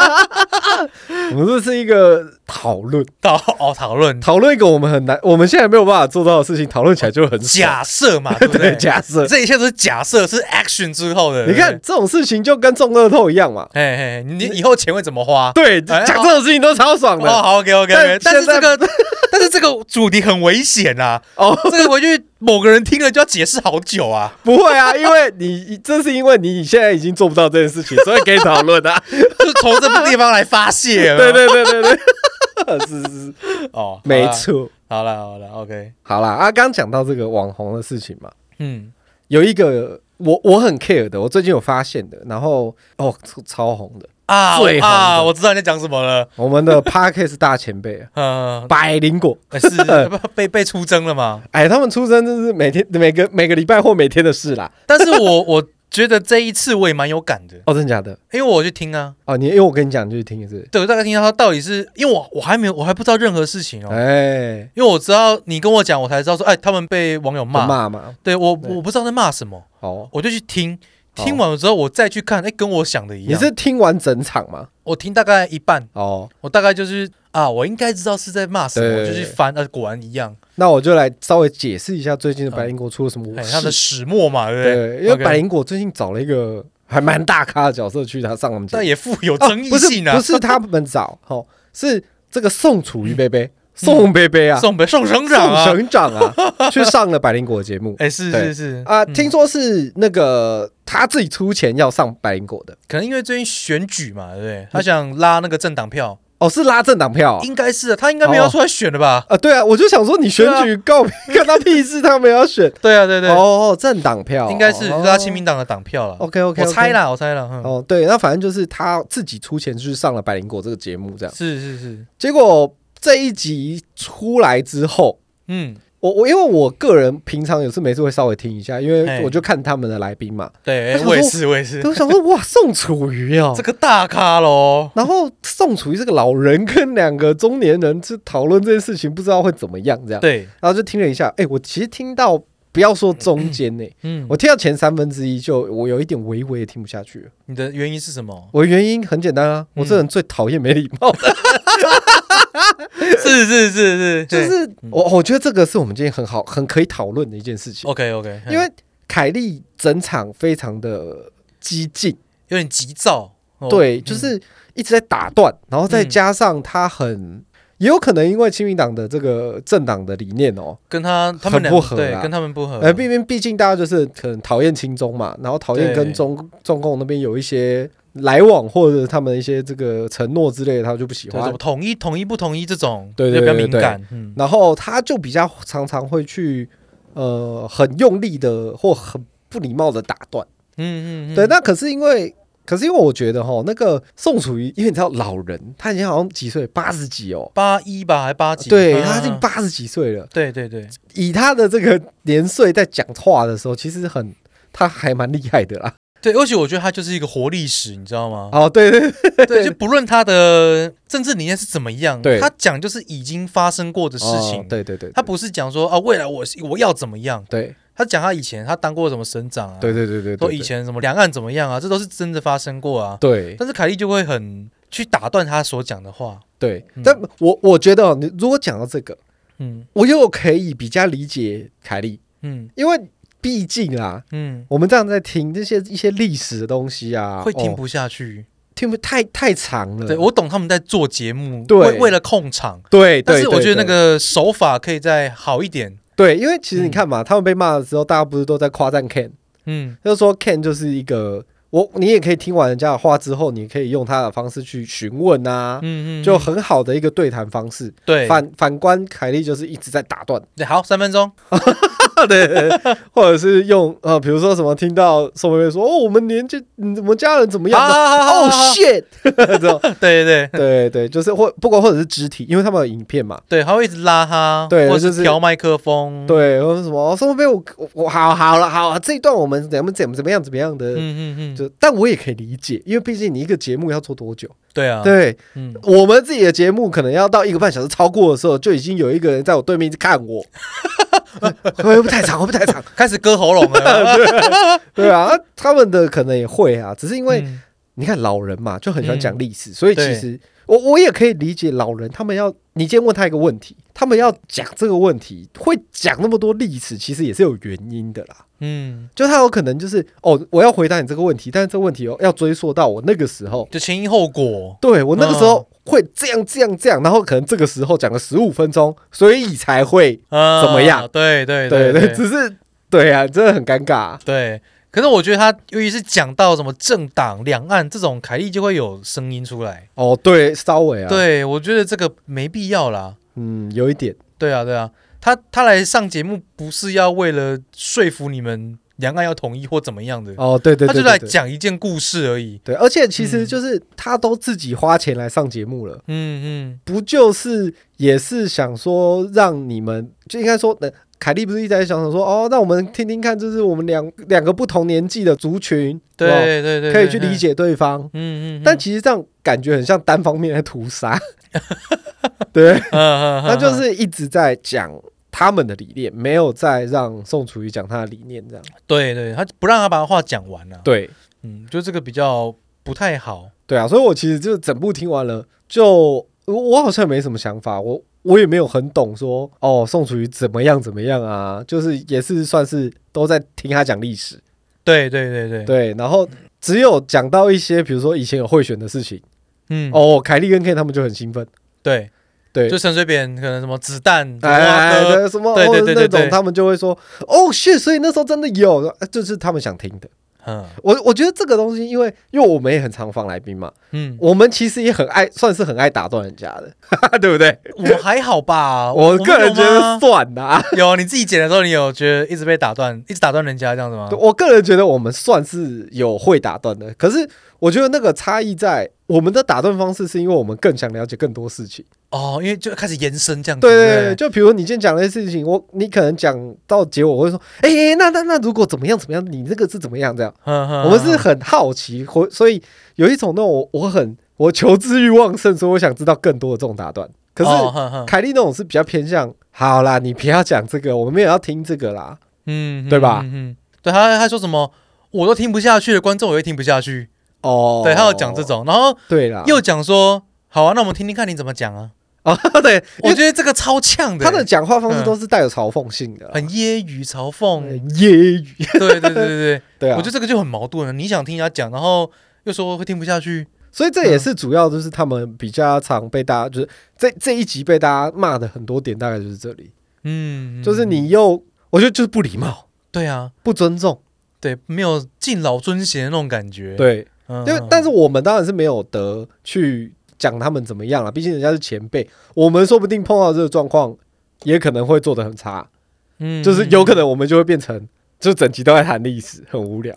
我们这是一个讨论，
讨哦讨论
讨论一个我们很难，我们现在没有办法做到的事情，讨论起来就很爽。
假设嘛，对不对？
假设，
这一切都是假设，是 action 之后的。
你看
对不
这种事情就跟中乐透一样嘛。
对，哎哎，你你以后钱会怎么花？
对，
哎
讲这种事情都超爽
哦，
的。
好，OK，OK，OK，
但
但是
现在 *laughs*
这个，但是这个主题很危险啊！
哦，
这个回去某个人听了就要解释好久啊！
不会啊，因为你这是因为你现在已经做不到这件事情，所以可以讨论
*laughs*
啊。
就从这个地方来发泄。有没有
*laughs* 对对对对对，是是是，
哦，
没错。
好啦。好了，好了，OK，
好啦，啊，刚讲到这个网红的事情嘛，
嗯，
有一个我我很 care 的，我最近有发现的，然后哦超超红的，
啊
最红的
啊，我知道你在讲什么了。
我们
*laughs*
的 Parkes 大前辈啊
嗯，
百灵果，*laughs*
哎是被被出征了嘛？
哎，他们出生真是每天每个每个礼拜或每天的事啦。
但是我我觉得这一次我也蛮有感的，
哦，真的假的？
因为我去听啊，
哦，你因为我跟你讲，你就去听一次。
对我大概听到他到底是因为我我还没有我还不知道任何事情哦，
哎，
因为我知道你跟我讲，我才知道说，哎，他们被网友骂，
骂嘛，
对我
对
我不知道在骂什么，
哦，
我就去听，听完了之后我再去看，哎，跟我想的一
你
样。
是听完整场吗？
我听大概一半，
哦，
我大概就是啊，我应该知道是在骂什么，
对
我就去翻，啊，果然一样，
那我就来稍微解释一下最近的百灵果出了什么
哎，
事。
他的始末嘛，对不
对，
对？
因为
OK
百灵果最近找了一个还蛮大咖的角色去他上我们节目
但，也富有
哦
争议性啊，
不是不是他们找， *laughs* 哦，是这个宋楚瑜贝贝，宋贝贝啊，
嗯宋北宋省长
*laughs*
啊，
宋省长
*laughs*
啊，去上了百灵果节目
哎，是
对
是是
啊，
嗯
听说是那个他自己出钱要上百灵果的，
可能因为最近选举嘛，对不对？他想拉那个政党票，
哦，是拉政党票啊。
应该是的他应该没有要出来选的吧？
啊，对啊，我就想说你选举告跟他屁事，他们要选
对啊，对对，
哦，政党票
应该是
哦
就是他亲民党的党票了。
OK OK，
我猜。啦，我猜啦，嗯，
哦，对，那反正就是他自己出钱去上了百灵果这个节目，这样。
是是是，
结果这一集出来之后，
嗯，
我我因为我个人平常有事没事会稍微听一下，因为
嘿
我就看他们的来宾嘛，
对，
我
哎
想
我也
说
是，我也是，
都想说哇，宋楚瑜哦
这。个大咖喽，
然后宋楚瑜这个老人跟两个中年人去讨论这件事情，不知道会怎么样这样。
对，
然后就听了一下，哎、我其实听到不要说中间呢、
嗯，
我听到前三分之一就我有一点微微也听不下去了。
你的原因是什么？
我的原因很简单啊，我这
嗯
人最讨厌没礼
*laughs*
貌的，
是是是是，
就是
嗯
我我觉得这个是我们今天很好很可以讨论的一件事情，
OK OK，
因为凯莉整场非常的激进，
有点急躁，哦
对，
嗯
就是一直在打断，然后再
嗯
加上他很。也有可能因为亲民党的这个政党的理念哦，
跟他他
很
们两
不
个
合
对
啦，
跟他们不合，
呃，毕竟毕竟大家就是可能讨厌亲中嘛，然后讨厌跟
对
中中共那边有一些来往或者他们一些这个承诺之类的，他就不喜
对
欢
什么。统一统一不统一这种，
对对
就比较
对
敏
对
感，嗯，
然后他就比较常常会去呃很用力的或很不礼貌的打断。
嗯嗯嗯，
对，那可是因为。可是因为我觉得哈，那个宋楚瑜，因为你知道老人，他已经好像几岁，八十几哦，
八一吧，还八几？
对
嗯
他已经
嗯
八十几岁了。
对对对，
以他的这个年岁在讲话的时候，其实很他还蛮厉害的啦。
对，而且我觉得他就是一个活历史，你知道吗？
哦，对对
对，就不论他的政治理念是怎么样，
对
他讲就是已经发生过的事情。
哦，对对对，
他不是讲说啊，未来我是我要怎么样，
对
他讲他以前他当过什么省长啊，
对对对对对，
说以前什么两岸怎么样啊，这都是真的发生过啊。
对
但是凯莉就会很去打断他所讲的话，
对
嗯，
但我我觉得哦，你如果讲到这个，
嗯
我又可以比较理解凯莉，
嗯
因为毕竟啦，
嗯，
我们这样在听这些一些历史的东西啊，
会听
哦
不下去。
听不太太长了，
对我懂他们在做节目，
对
为为了控场，
对，对
但是我
对
觉得那
对
个手法可以再好一点。
对，因为其实你
嗯
看嘛，他们被骂的时候，大家不是都在夸赞 Ken，
嗯
就是说 Ken 就是一个我，你也可以听完人家的话之后，你可以用他的方式去询问啊，
嗯嗯，
就很好的一个对谈方式。
对。
反反观凯莉就是一直在打断，
对好，三分钟。
*laughs* 对，
*laughs*
或者是用呃，比如说什么听到宋妹妹说哦，我们年纪，嗯我们家人怎么样？
好啊好好好
哦
好好
shit，这 *laughs* 种
对对对
对对，就是或不过或者是肢体，因为他们有影片嘛，
对，他会一直拉哈，
对
或者
就是
是调麦克风。，
对，或者什么哦宋妹妹，我我我好好了，好这一段我们怎么怎么怎么样怎么样的，
嗯嗯嗯，
就但我也可以理解，因为毕竟你一个节目要做多久？
对啊，，
对
嗯，
我们自己的节目可能要到一个半小时超过的时候，就已经有一个人在我对面一直看
*laughs*
我，会不会太长？会不会太长？
开始割喉咙
*laughs*
了，
对啊，他们的可能也会啊，只是因为
嗯
你看老人嘛，就很喜欢
嗯
讲历史，所以其
对
实我我也可以理解老人，他们要你今天问他一个问题，他们要讲这个问题，会讲那么多历史，其实也是有原因的啦。
嗯，
就他有可能就是哦，我要回答你这个问题，但是这个问题哦要追溯到我那个时候，
就前因后果。
对我那个时候
嗯
会这样这样这样，然后可能这个时候讲了十五分钟，所以才会
啊
怎么样
对对
对对，
对
只是对啊，真的很尴尬、啊。
对。可是我觉得他，尤其是讲到什么政党、两岸这种，凯莉就会有声音出来。
哦，对，稍微啊，，
对，我觉得这个没必要啦。
嗯，有一点，
对啊，对啊，他他来上节目不是要为了说服你们两岸要统一或怎么样的，
哦，对对对，
他就
对
来
对
讲一件故事而已。
对，而且其实
嗯
就是他都自己花钱来上节目了，
嗯
不就是也是想说让你们就应该说，呃，凯莉不是一直在想说，哦，那我们听听看，就是我们两两个不同年纪的族群，
嗯，对
有没有，
对对对，
可以去理
对。
解对方。
嗯嗯嗯，
但其实这样感觉很像单方面在屠杀， *laughs* 对，
*laughs* 嗯嗯，嗯
他就是一直在讲他们的理念，没有再让宋楚瑜讲他的理念这样。
嗯对对，他不让他把话讲完了、
对，
嗯，就这个比较不太好。
对啊，所以我其实就整部听完了，就我我好像没什么想法，我我也没有很懂说哦宋楚瑜怎么样怎么样啊，就是也是算是都在听他讲历史，
对对对对，
对，然后只有讲到一些比如说以前有贿选的事情，
嗯，哦，
哦凯莉跟 K 他们就很兴奋，
对，
对
就。陈水扁可能什么子弹，
哎哎，
什么啊
对什么
对对对
哦那
对
种，
对
他们就会说哦 shit，所以那时候真的有，呃就是他们想听的。
嗯
我我觉得这个东西，因为因为我们也很常访来宾嘛，
嗯，
我们其实也很爱，算是很爱打断人家的， *laughs* 哈哈，对不对？
我们还好吧，
我
们
个人
有
觉得
吗啊
算啦、
有，你自己剪的时候，你有觉得一直被打断，一直打断人家这样子吗？
*laughs* 我个人觉得我们算是有会打断的，可是我觉得那个差异在我们的打断方式，是因为我们更想了解更多事情。
哦，因为就开始延伸这样子，
对对对，
嗯对不对，
就比如你今天讲的事情，我你可能讲到结果，我会说，哎、哎那那那如果怎么样怎么样，你这个是怎么样这样？
嗯嗯
我们是很好奇，或所以有一种那种我我很我求知欲旺盛，所以我想知道更多的这种打断。可是
哦哼哼
凯莉那种是比较偏向，好啦，你不要讲这个，我们没有要听这个啦。
嗯，嗯
对吧
嗯嗯，对他他说什么？我都听不下去了，观众也会听不下去。
哦，啊
对，他有讲这种，然后
对啦，
又讲说，好啊，那我们听听看你怎么讲啊。
啊， *laughs* 对，因
我
为
觉得这个超呛的，
他的讲话方式都是带有嘲讽性的啦，
很揶揄嘲讽。
嗯揶揄， *laughs*
对对对对
对
对，
啊，
我觉得这个就很矛盾了。你想听人家讲，然后又说会听不下去。
所以这也
嗯
是主要就是他们比较常被大家就是这这一集被大家骂的很多点，大概就是这里，
嗯，
就是你又我觉得就是不礼貌、
对啊，
不尊重，
对，没有敬老尊贤的那种感觉。
对，
嗯，
因为
嗯
但是我们当然是没有得去讲他们怎么样了，毕竟人家是前辈，我们说不定碰到这个状况，也可能会做的很差，
嗯
就是有可能我们就会变成。就整集都在谈历史，很无
*laughs*
聊。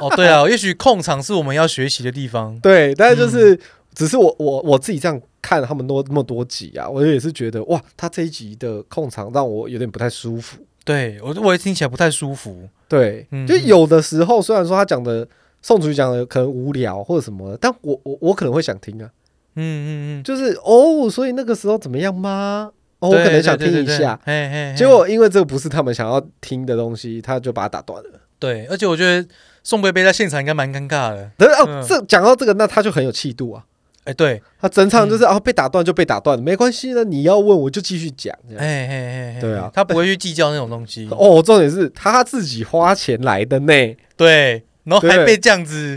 哦，对啊，也 *laughs* 许控场是我们要学习的地方。
对，但是就是、
嗯
只是我我我自己这样看他们多那么多集啊，我也是觉得哇，他这一集的控场让我有点不太舒服。
对我，我也听起来不太舒服。
对，
嗯
就有的时候虽然说他讲的宋楚瑜讲的可能无聊或者什么的，但我我我可能会想听啊，
嗯嗯嗯，
就是哦，所以那个时候怎么样吗？哦，我
对
可能想
对
听
对
一
对
下。
嘿嘿嘿，
结果因为这个不是他们想要听的东西，他就把它打断了。
对，而且我觉得宋贝贝在现场应该蛮尴尬的。
可是哦，
嗯
这讲到这个，那他就很有气度啊。
哎，对，
他整场就是、哦被打断就被打断，没关系呢，你要问我就继续讲。这样
哎嘿嘿嘿，
对啊
他不会去计较那种东西。
哦，重点是他自己花钱来的呢。
对，然后还
对
被这样子，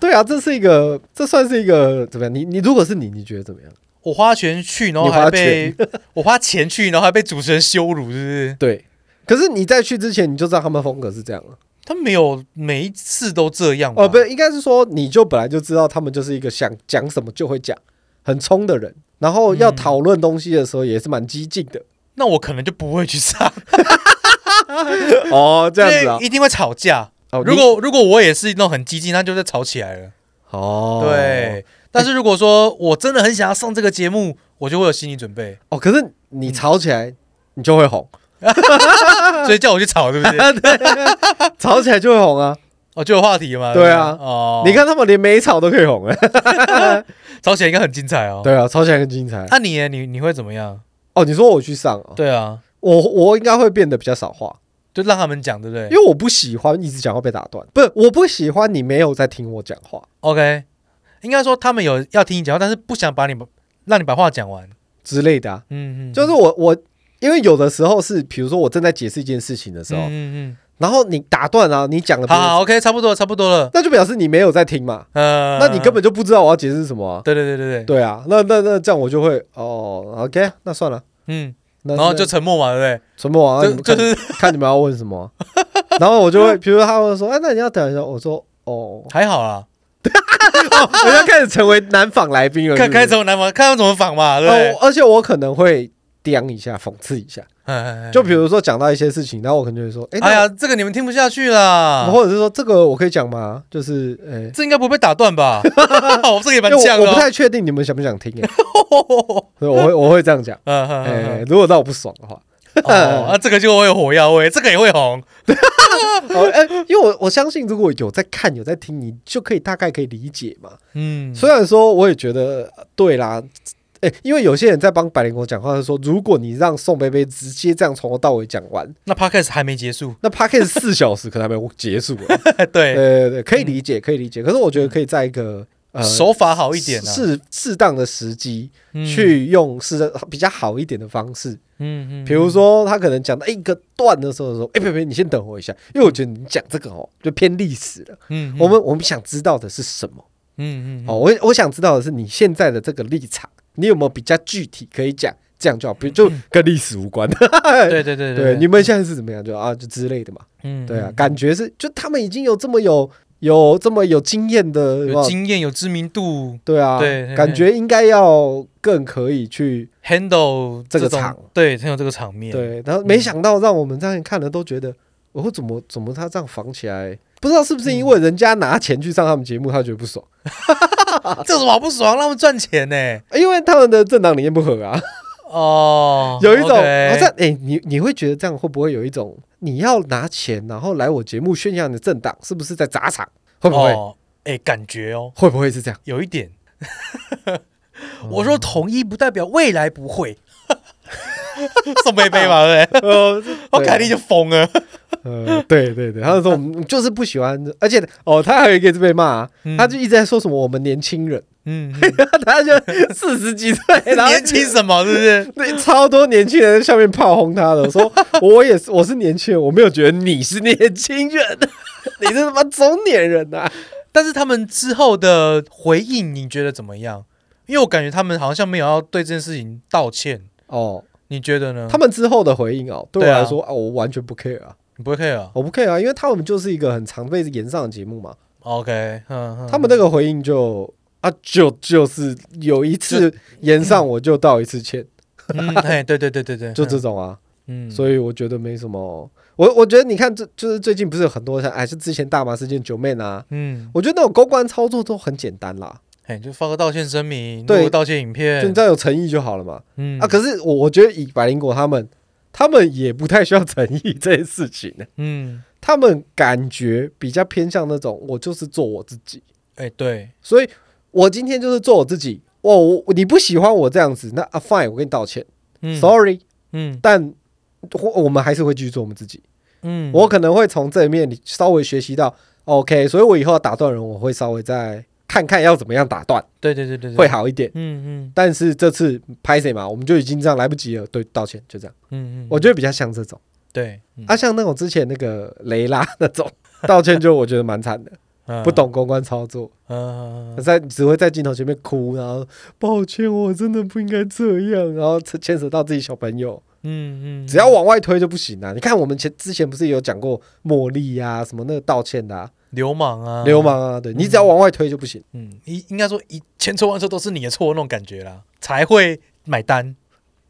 对啊，这是一个，这算是一个怎么样？你你如果是你，你觉得怎么样？
我花钱去，然后
你花
还被我花钱去，然后还被主持人羞辱，是不是？
对，可是你在去之前你就知道他们风格是这样了。
他没有每一次都这样吧
哦，不，应该是说你就本来就知道他们就是一个想讲什么就会讲，很冲的人，然后要讨论东西的时候也是蛮激进的。
那我可能就不会去上，
*laughs* 哦， *laughs* 这样子
因
啊
为，一定会吵架。
哦，
如
你
果如果我也是那种很激进，那就在吵起来了。
哦，
对，但是如果说我真的很想要上这个节目，我就会有心理准
*laughs*
备，
哦，可是你吵起来你就会 *laughs* 红，
所以叫我去吵，对
*laughs*
不对？
吵起来就会红啊！
哦，就有话题嘛。
对啊
不哦，
你看他们连没吵都可以红哎。
吵起来应该很精彩哦。
对啊，吵起来很精彩。
那你呢你你会怎么样？
哦，你说我去上哦，
对啊，
我我应该会变得比较少话，
就让他们讲，对不
因
对
为我不喜欢一直讲话被打断，不是我不喜欢你没有在听我讲话
？OK，应该说他们有要听你讲话，但是不想把你让你把话讲完。
之类的啊。
嗯嗯，
就是我我，因为有的时候是，比如说我正在解释一件事情的时候，
嗯嗯
然后你打断啊，你讲了
嗯，
别
好
人，
好，OK，差不多了，差不多了。
那就表示你没有在听嘛，
呃，
那你根本就不知道我要解释什么啊。
对对对对对，
对啊，那那那这样我就会哦，OK，那算了，
嗯，
那
然后
那
就沉默嘛，对
沉默
不
啊，你们
对？就
看
就是，
看你们要问什么，啊然后我就会，比如说他会说，哎，那你要等一下，我说哦
还好啦，
我要开始成为南访来宾了，
看看
是
怎么难嘛，看他怎么仿嘛，
不
对
是
不
哦
对？，
而且我可能会刁一下，讽刺一下，
嗯
就比如说讲到一些事情，然后我可能就会说，哎，那
哎呀，这个你们听不下去啦，
或者是说这个我可以讲吗？就是呃、
这应该不会被打
*laughs*
断吧？我这个也蛮
因为
呛
我我
的
不
哦。
太确定你们想不想听、
*laughs*
欸，所以我会我会这样讲。
嗯嗯
哎、
嗯
如果让我不爽的话，
嗯，哦，啊，这个就会有火药味，这个也会红。
哦哎、因为我我相信，如果有在看有在听，你就可以大概可以理解嘛。
嗯，
虽然说我也觉得呃对啦，哎、因为有些人在帮百灵果讲话的时候，如果你让宋贝贝直接这样从头到尾讲完，
那 podcast 还没结束，
那 p a c k a
*laughs*
s 四小时可能还没结束、欸。 *laughs* 对
对，
对对，可以理解，可以理解。可是我觉得可以在一个呃
手法好一点啊，
适适当的时机。
嗯，
去用是比较好一点的方式，
嗯嗯，
比如说他可能讲到一个段的时候说，哎，别别，你先等我一下，因为我觉得你讲这个哦，就偏历史了。
嗯，嗯
我们我们想知道的是什么？
嗯嗯
哦，我我想知道的是你现在的这个立场，你有没有比较具体可以讲？这样就好，比如就跟历史无关的。
嗯， *laughs* 对对对
*laughs* 对，你们现在是怎么样？就啊，就之类的嘛。
嗯
对啊，
嗯
感觉是就他们已经有这么有有这么有经验的，
有经验有知名度
对啊，
对嘿
感
嘿
觉应该要更可以去
，handle
这个
种
场，
对，handle 这个场面，
对，然后没想到让我们这样看了都觉得，我、哦、怎么怎么他这样防起来？不知道是不是因为人家拿钱去上他们节目，他觉得不爽，
啊这有什么好不爽？让他们赚钱
*laughs*
呢？
哎因为他们的政党理念不合啊，
哦，
有一种好
OK
像哎、你你会觉得这样会不会有一种你要拿钱然后来我节目炫耀你的政党是不是在砸场？会不会、
哦，哎，感觉哦，
会不会是
*laughs*
这样？
有
*laughs*
一点。我
哦
说统一不代表未来
*laughs*
不会，宋贝贝嘛，对不对？
呃，
我
对
肯定就疯了。
呃，对对对，他就说我们就是不喜欢，而且哦，他还有一个是被骂啊、
嗯
他就一直在说什么我们年轻人， *laughs*
嗯，哎
他就四十几岁，然后
年轻什么？是不是？
那超多年轻人在下面炮轰他的，
*laughs*
说我也是，我是年轻人，我没有觉得你是年轻人，啊
*laughs*
你是他妈中年人呐、啊！
但是他们之后的回应，你觉得怎么样？因为我感觉他们好像没有要对这件事情道歉，
哦，
你觉得呢？
他们之后的回应哦，对我
对啊
来说啊我完全不 care 啊，
你不会 care 啊
我不 care 啊，因为他们就是一个很常被延上的节目嘛，
？OK，嗯，嗯
他们那个回应就啊，就就是有一次延上我就道一次歉， *laughs*
嗯，哎，对对对对对，
就这
嗯，
种啊，
嗯，
所以我觉得没什么。我我觉得你看，这就是最近不是有很多像哎，是之前大麻事件九妹啊，
嗯，
我觉得那种公关操作都很简单啦。
哎，就发个道歉声明，
对
录个道歉影
就你
片
只，要有诚意就好了嘛。
嗯
啊，可是我我觉得以百灵果他们，他们也不太需要诚意这件事情呢。
嗯，
他们感觉比较偏向那种我就是做我自己，
哎，对，
所以我今天就是做我自己。哇，我你不喜欢我这样子，那啊 fine，我跟你道歉、
嗯
s o r r y
嗯
但我我们还是会继续做我们自己。
嗯，
我可能会从这里面你稍微学习到 OK，所以我以后要打断人，我会稍微再看看要怎么样打断
对对对对，对
会，好一点。
嗯嗯
但是这次拍谁嘛，我们就已经这样来不及了，对，道歉就这样。
嗯嗯，
我觉得比较像这种
对，嗯
啊，像那种之前那个雷拉 *laughs* 那种道歉，就我觉得蛮惨的，不，懂公关操作，
嗯嗯嗯嗯嗯
在只会在镜头前面哭，然后抱歉，我真的不应该这样，然后牵扯到自己小朋友，
嗯嗯，
只要往外推就不行啊！你看我们前之前不是有讲过茉莉啊，什么那个道歉的、啊、
流氓啊，
流，氓啊，对你只要往外推就不行。
嗯，应应该说一千错万错都是你的错那种感觉啦，才会买单，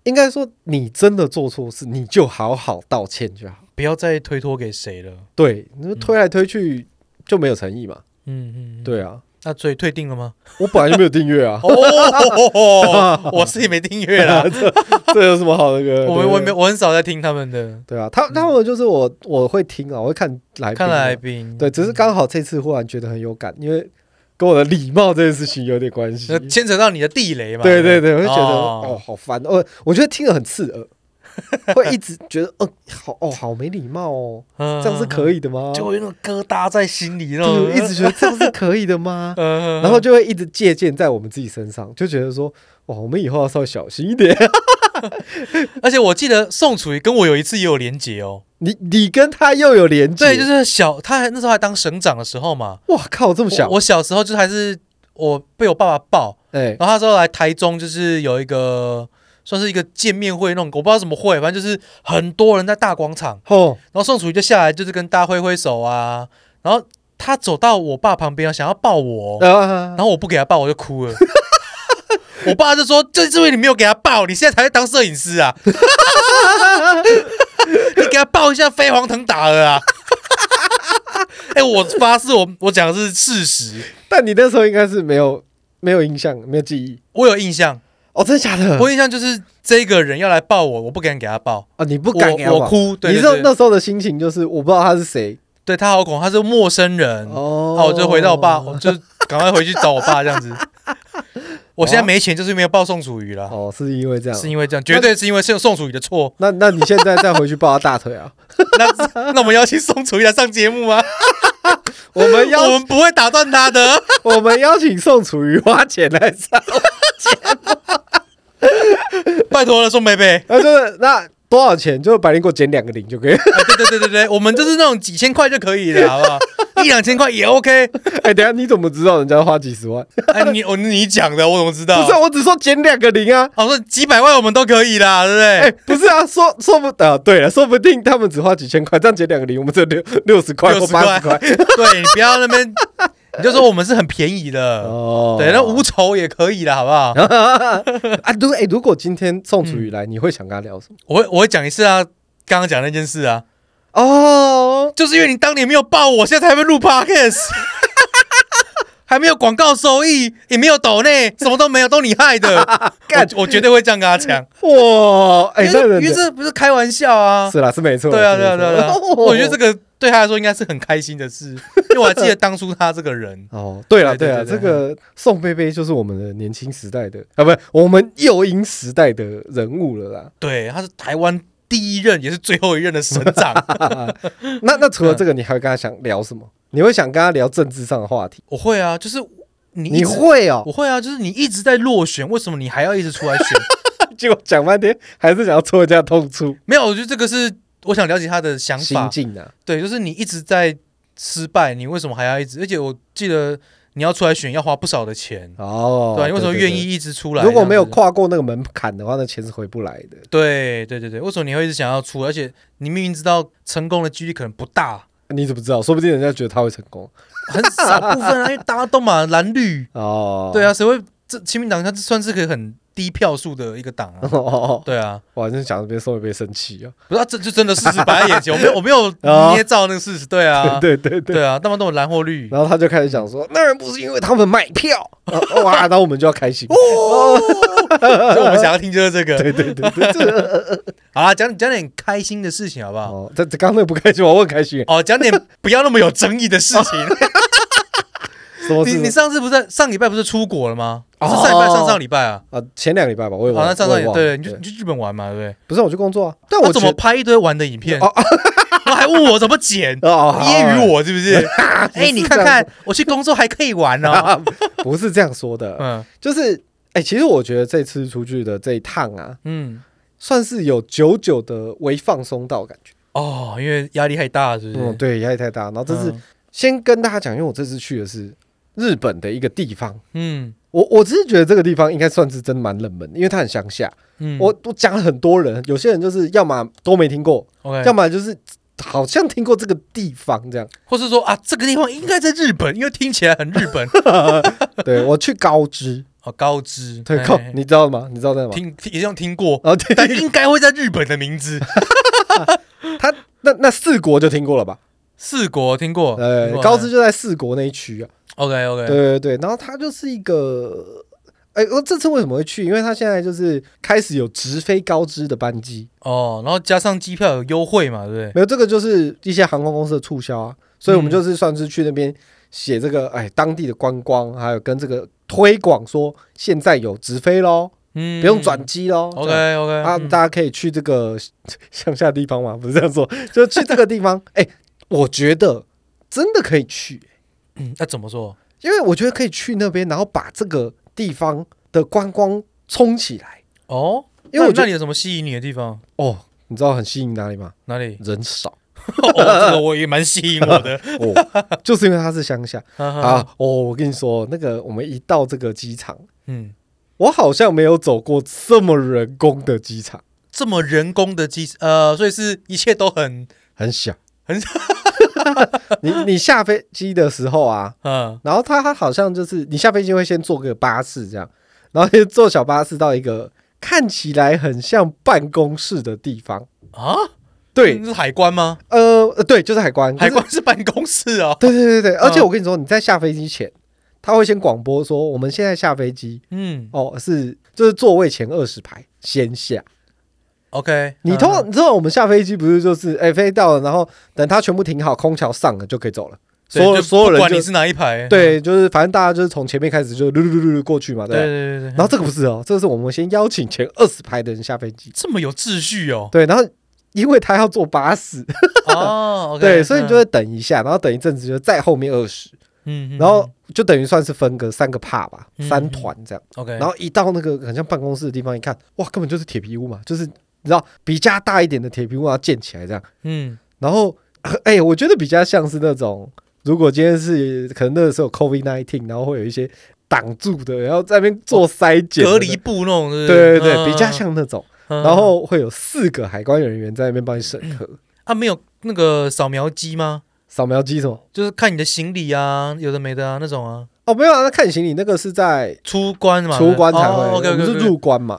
应该说你真的做错事，你就好好道歉就好。
不要再推脱给谁了。
对，你说推来推去就没有诚意嘛。
嗯嗯，嗯，
对啊，
那所以退订了
*laughs*
吗？，
我本来就没有订阅啊
*laughs* 哦，我自己没订阅
*laughs*
啦，
这有什么好那个？
我
对
我没有我很少在听他们的，
对啊，他他们就是我我会听啊，我会看来宾啊
嗯看来嗯宾
对，只是刚好这次忽然觉得很有感，因为跟我的礼貌这件事情有点关系
呃。牵扯到你的地雷嘛。
对对
不
对，我就觉得哦
哦
好烦哦，我觉得听了很刺
*laughs*
耳，会一直觉得哦好哦好没礼貌哦，这样是可
以，
以的吗？
嗯就会嗯那种疙瘩在心里，那种
对，一直觉得这样是可以的
*laughs*
吗？
呃，
然后就会一直借鉴在我们自己身上，就觉得说哇，我们以后要稍微小心一点。 *laughs*
而且我记得宋楚瑜跟我有一次也有连结哦，
你你跟他又有连接，
对，就是小他还那时候还当省长的时候嘛，
哇靠，这么小
我我小时候就是还是我被我爸爸抱，
哎
然后他说来台中就是有一个算是一个见面会那种，我不知道怎么会，反正就是很多人在大广场，
哦
然后宋楚瑜就下来就是跟大家挥挥手啊，然后他走到我爸旁边想要抱我，
啊
然后我不给他抱我就哭了。我爸就说：“就是因为你没有给他抱，你现在才会当摄影师啊！ *laughs* 你给他抱一下，飞黄腾达了啊！” *laughs* 哎、我发誓我，我讲的是事实，
但你那时候应该是没有没有印象，没有记忆。
我有印象，
哦，真的假的？
我印象就是这个人要来抱我，我不敢给他抱，
啊，你不敢给他
我我
玩
哭，对
你知道
对对
那时候的心情就是我不知道他是谁
对他好恐，他是陌生人，
哦
然后我嗯就回到我爸，我就赶快回去找我爸这样子。 *laughs* 我现在没钱，就是没有抱宋楚瑜了，
哦，是因为这样
是。因为这样，绝对是因为是宋楚瑜的错。
*laughs* 那那你现在再回去抱他大腿啊？
那那我们邀请宋楚瑜来上节目吗？
我们邀
*laughs* 我们不会打断他的。 *laughs*
我们邀请宋楚瑜花钱来上，
拜托了，宋贝贝。
那就是那多少钱？就是百灵果减两个零就可以。
啊对对对对对，我们就是那种几千块就可以了，好不好？一两千块也 OK。
*laughs* 哎，等一下你怎么知道人家花几十万？
哎，你我你讲的，我怎么知道？
不是啊，我只说减两个零啊。
啊，我说几百万我们都可以啦，对不对？
哎，不是啊，说说不啊，对了，说不定他们只花几千块，这样减两个零，我们只有六六十块或
60
八十块。
*laughs* 对你不要那边，你就说我们是很便宜的，
哦
对，那无酬也可以了，好不好？
*laughs* 啊，如哎，如果今天宋楚瑜来，
嗯
你会想跟他聊什么？
我会我会讲一次啊，刚刚讲那件事啊，
哦，
就是因为你当年没有抱我，现在才会
*laughs*
录 podcast，还没有广告收益，也没有抖内，什么都没有，都你害的。
*laughs* 干
我我绝对会这样跟他讲，
哇，哎、
因
那
为
人
因
的
为这不是开玩笑啊。
是啦，是没错，
对啊，
是
对
没错，
啊，对啊对啊，我觉得这个对他来说应该是很开心的事，因为我还记得当初他这个人
哦，对了，对
对对
了，
对嗯
这个宋贝贝就是我们的年轻时代的啊，不是我们幼婴时代的人物了啦。
对，他是台湾第一任也是最后一任的省
*laughs*
长，
那那
嗯
除了这个，你还会跟他想聊什么？你会想跟他聊政治上的话题？
我会啊，就是你一
你
直
会哦、
我会啊，就是你一直在落选，为什么你还要一直
*laughs*
出来选？
结果讲半天还是想要戳人家痛处，
没有，我觉得这个是我想了解他的想
心
法，
境啊，
对，就是你一直在失败，你为什么还要一直？而且我记得你要出来选要花不少的钱，
哦
对，啊吧？你为什么
对
愿？
对
意一直出来？
对如果没有
这样子，
跨过那个门槛的话，那钱是回不来的。
对对对对，为什么你会一直想要出？而且你明明知道成功的几率可能不大，
你怎么知道？说不定人家觉得他会成功
很少部分啊，因为大家都嘛蓝绿，
哦。
对啊，谁会这亲民党它算是个很低票数的一个党
哦， *laughs*
啊，
哦哦，
对啊，
*laughs* 哇，真讲这边宋贝贝生气啊！
不是、啊、这就真的事实摆在眼前，我没有我没
*laughs*
有捏造那个事实，对啊，
哦对对对对
对啊，他们都有蓝或绿，
然后他就开始讲说，那人不是因为他们买票， *laughs* 啊哇，然后我们就要开心。
哦， *laughs* 所以我们想要听就是这个，
对对对对，
*laughs*
这个
好啦，讲讲点开心的事情好不好？
哦，这这刚刚那个不开心，我很开心。
哦，讲点不要那么有争议的事情。
什么
*laughs* 你
事？
你上次不是在上礼拜不是出国了吗？
哦
是上礼拜上上礼拜啊？
啊，前两个礼拜吧，我也
好，
忘
那
了，
上
我
上
也
礼拜
忘了
对，你去你去日本玩嘛，对不对？
不是我去工作啊，但
我
我
怎
觉
么
得
拍一堆玩的影片？
哦
我还问我怎么剪，
哦
揶揄
我
我是
*laughs*
不是？哎，你看看，我去工作还可以玩哦。
*laughs* 不是这样说的， *laughs*
嗯
就是哎，其实我觉得这次出去的这一趟啊，
嗯，
算是有久久的微放松到感觉。
哦，因为压力太大，是不
嗯，
是？
对，压力太大。然后这是
嗯
先跟大家讲，因为我这次去的是日本的一个地方。
嗯
我我只是觉得这个地方应该算是真的蛮冷门的，因为它很乡下。
嗯，
我我讲了很多人，有些人就是要么都没听过，
OK，
要么就是好像听过这个地方这样。
或是说啊，这个地方应该在日本，因为听起来很日
*laughs*
本。 *laughs*
对我去高知，
哦，高知，
对，
哎
靠，你知道吗？你知道在吗？
听听也用听过，
然后对
但应该会在日本的
*laughs*
名字。
他那那四国就听过了吧？
四国听过，
呃
哦听，过啊哎
高知就在四国那一区啊。
OK OK，
对对对，然后它就是一个。哎，我这次为什么会去？因为它现在就是开始有直飞高知的班机，
哦，然后加上机票有优惠嘛，对不对？
没有这个就是一些航空公司的促销啊，所以我们
嗯
就是算是去那边写这个哎当地的观光，还有跟这个推广说现在有直飞喽，
嗯，
不用转机喽。
OK 嗯
这样
OK
啊，大家可以去这个 *laughs* 乡下地方嘛，不是这样说，就去这个地方。 *laughs* 哎，我觉得真的可以去，
那怎么说？
因为我觉得可以去那边，然后把这个地方的观光冲起来。
哦，
因为我
那
觉
那
得
里有什么吸引你的地方？
哦，你知道很吸引哪里吗？？
哪里
人
*laughs*
少
哦，这个我也蛮吸引我
*laughs*
的。
哦，就是因为它是乡下啊
啊，。
哦，我跟你说，那个我们一到这个机场，
嗯，
我好像没有走过这么人工的机场，
这么人工的机，呃，所以是一切都很，
很小，
很
小。 *laughs* 你你下飞机的时候啊，
嗯
然后它好像就是你下飞机会先坐个巴士这样，然后就坐小巴士到一个看起来很像办公室的地方。
啊，
对，
嗯是海关吗？
呃，呃对，就是海关，
海
就是。
关是办公室哦。
对对对对，而且
嗯
我跟你说，你在下飞机前，他会先广播说，我们现在下飞机
嗯
哦，是就是座位前二十排先下。
，OK，
*laughs*
嗯
你通常你知道我们下飞机不是就是哎、飞到了，然后等它全部停好，空调上了就可以走了。所有
对就
所有
不管你
人就是
哪一排，
对，就是反正大家就是从前面开始就噜噜噜噜过去嘛，对
对
不对。
对对对，
然后这个不是哦，这个是我们先邀请前二十排的人下飞机，
这么有秩序
*laughs*
哦。
对，然后因为他要坐巴士，
哦 o k
对，所以你就会等一下，然后等一阵子就在后面二十，
嗯，嗯
然后就等于算是分个三个 part 吧，
嗯
三团这样。
OK，
然后一到那个很像办公室的地方，一看，哇，根本就是铁皮屋嘛，就是你知道比家大一点的铁皮屋，然后建起来这样。
嗯，
然后， *laughs* 呃哎、我觉得比较像是那种，如果今天是可能那个时候 COVID nineteen，然后会有一些挡住的，然后在那边做筛检、
哦隔离。布那种，对
对
不
对对，
嗯
比较像那种，
嗯
然后会有四个海关人员在那边帮你审核，
啊，没有那个扫描机吗？
扫描机什么？
就是看你的行李啊，有的没的啊，那种啊，
哦，没有啊，那看行李那个是在
出关嘛，
出关才会，
o
我
k
们是入关嘛，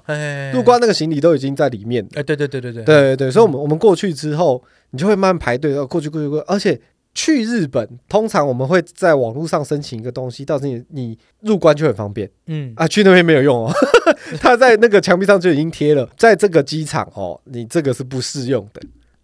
入关，那个行李都已经在里面了。
哎，对对对哎对
对
对，
对对，所以我们我们过去之后，你就会慢慢排队，呃过去过去过去，而且。去日本，通常我们会在网络上申请一个东西，到时候你你入关就很方便
嗯，
啊。去那边没有用
*laughs*
哦，他在那个墙壁上就已经贴了，在这个机场哦，你这个是不适用的，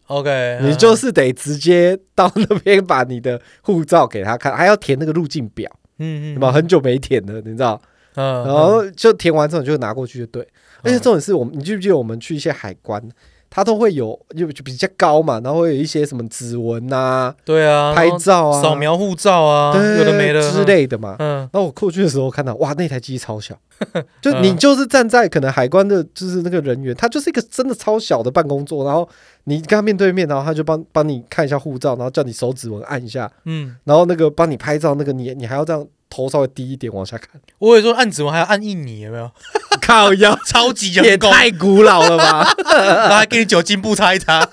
OK，嗯
你就是得直接到那边把你的护照给他看，还要填那个入境表，
嗯嗯，
对吧？很久没填了，你知道？
嗯，嗯，嗯
然后就填完之后你就拿过去就对。而且重点是我们，你记不记得我们去一些海关，它都会有就就比较高嘛，然后会有一些什么指纹呐、
对啊，
拍照啊、
扫、描护照啊，
对
有的没的
之，类的嘛。
嗯
然后我过去的时候看到，哇，那台机超
*laughs*
小，就
嗯
你就是站在可能海关的，就是那个人员，他就是一个真的超小的办公桌，然后你跟他面对面，然后他就帮帮你看一下护照，然后叫你手指纹按一下，
嗯，
然后那个帮你拍照，那个你你还要这样头稍微低一点往下
*laughs*
看，
我有时候按指纹还要按印尼，有没有？ *laughs*
靠腰，
超级
*laughs* 也
人工，
太古老了吧。
然后还给你酒精布擦一擦，啊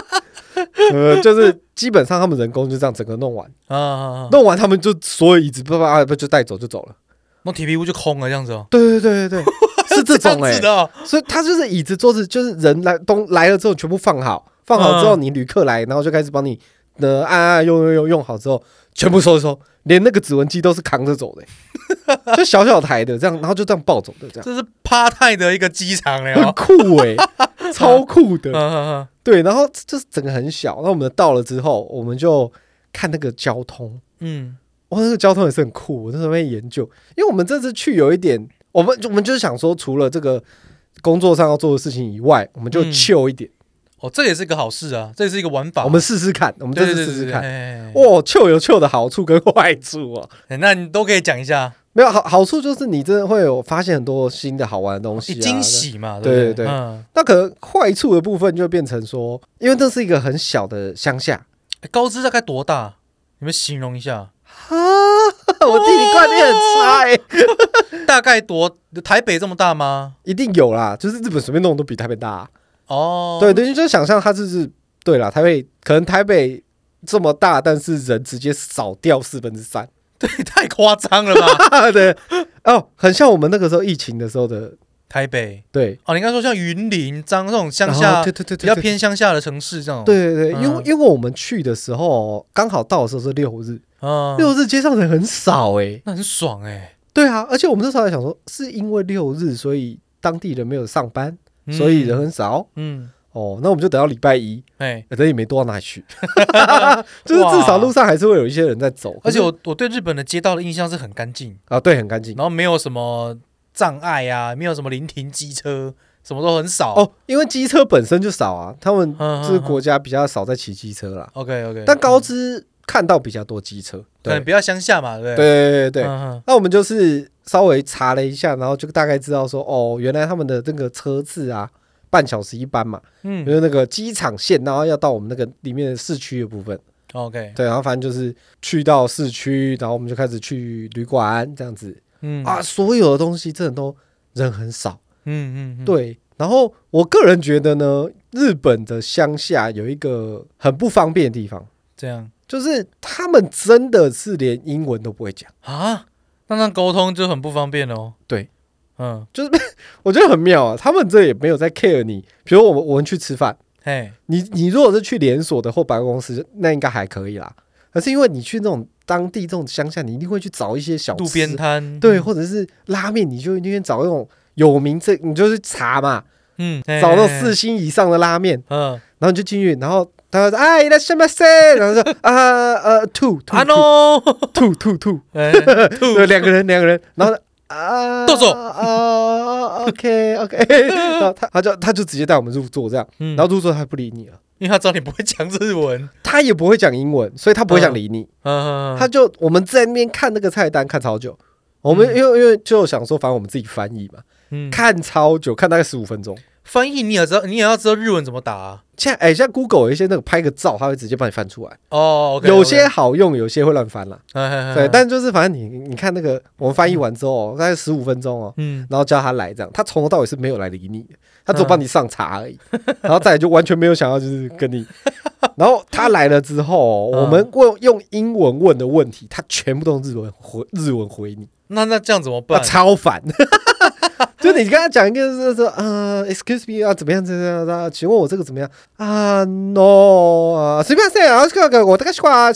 *laughs*
呃，就是基本上他们人工就这样整个弄完，
啊啊，啊
弄完他们就所有椅子叭叭叭叭就带走就走了。
那铁皮屋就空了这样子哦，
对对对对对，是
*laughs*
这种
样
哎、
子的哦，
所以他就是椅子桌子，就是人来东来了之后全部放好，放好之后
嗯
你旅客来，然后就开始帮你呃按按用用用用好之后，全部收一收，连那个指纹机都是扛着走的欸、就小小台的这样，然后就这样抱走的这样，
这是趴泰的一个机场了
很
哦，
酷哎、超酷的
*laughs* 嗯。嗯
对，然后就是整个很小，那我们到了之后，我们就看那个交通。
嗯
哇，那个交通也是很酷，我在那边研究，因为我们这次去有一点，我们我们就是想说，除了这个工作上要做的事情以外，我们就
嗯
chill 一点，
哦，这也是个好事啊，这也是一个玩法。
我们试试看，我们这次
对对对
试试
对，
看。
哎
哇、chill 有 chill 的好处跟 *laughs* 坏处啊，
哎那你都可以讲一下，
没有好好处就是你真的会有发现很多新的好玩的东西、啊，
惊。喜嘛，
对
对不
对对
嗯，
那可能坏处的部分就变成说，因为这是一个很小的乡下
哎高知大概多大？你们形容一下，
啊， *laughs* 我地理观念很
哦
差哎、
大概多台北这么大吗？
一定有啦，就是日本随便弄都比台北大、啊。
哦，
对，对，你就想象它就是对啦，台北可能台北这么大，但是人直接少掉四分之三。 *laughs*
对，太夸张了吧？ *laughs*
对，哦，很像我们那个时候疫情的时候的，
台北
对，
哦，你刚才说像云林、彰这种乡
然
下
哦后对对对对，
比较
对。
偏乡下的城市这种，，
对对对，因为
嗯
因为我们去的时候刚好到的时候是六日，
啊，
六日街上人很少哎、
那很爽哎，
*laughs* 对啊，而且我们那时候还想说，是因为六日，所以当地人没有上班，
嗯
所以人很少。
嗯，
哦，那我们就等到礼拜一，呃
哎，
人也没多到哪里
*laughs*
去，就是至少路上还是会有一些人在走。可
而且
是
我我对日本的街道的印象是很干净，
啊，对，很干净
然后没有什么障碍啊，没有什么临停机车，什么都很少。
哦，因为机车本身就少啊，他们
嗯，
这个国家比较少在骑机车啦，
OK OK，
但高知看到比较多机车。
可
对
能比较乡下嘛，对
对
不对？
对对对，
嗯
那我们就是稍微查了一下，然后就大概知道说，哦，原来他们的这个车次啊，半小时一班嘛，
嗯
就
嗯
是那个机场线，然后要到我们那个里面的市区的部分。
，OK，
对，然后反正就是去到市区，然后我们就开始去旅馆这样子
嗯
啊，所有的东西真的都人很少。
嗯嗯嗯，
对，然后我个人觉得呢，日本的乡下有一个很不方便的地方，
这样
就是他们真的是连英文都不会讲，
啊，那那沟通就很不方便哦。
对，
嗯，
我觉得很妙啊。他们这也没有在 care 你，比如我们我们去吃饭，
嘿，
你你如果是去连锁的或百货公司，那应该还可以啦。可是因为你去那种当地这种乡下，你一定会去找一些小
路
吃
边摊，
对，，或者是拉面，你就一定找那种有名这，你就去查嘛，
嗯，
找那种
嘿
四，星以上的拉面，
嗯，
然后你就进去，然后他说哎，那什么谁？ *laughs* 然后说啊呃吐吐
啊 no，
吐吐
*laughs*
吐， *laughs*
哎
吐对，两个人两个人，然后啊
动手
啊 OK OK，然 *laughs* 后他他就他就直接带我们入座这样，
嗯
然后入座他不理你了，
因为他知道你不会讲日文，
他也不会讲英文，所以他不会想
嗯
理你，
嗯，嗯嗯
他就我们在那边看那个菜单看超久。我们
嗯
因为因为就想说，反正我们自己翻译嘛，
嗯
看超久，看大概十五分钟。
翻译你也知道，你也要知道日文怎么打啊
现在哎、现在 Google 有一些那个拍个照，它会直接帮你翻出来，
哦，OK，OK，
有些好用，有些会乱翻啦。
嗯，嘿嘿
对，
嘿
但就是反正你你看那个我们翻译完之后，大概十五分钟哦，
嗯，
然后叫他来这样，他从头到尾是没有来理你的，他只有
嗯
帮你上茶而已，然后再来就完全没有想要就是跟你。 *laughs* 然后他来了之后哦，
嗯
我们问用英文问的问题，他全部都用日文回日文回你，
那那这样怎么
那
办？
超烦。就你跟他讲一个是说，呃，excuse me 啊，怎么样怎么样啊？请问我这个怎么样啊？No 啊，随便谁啊，这个我这个瓜，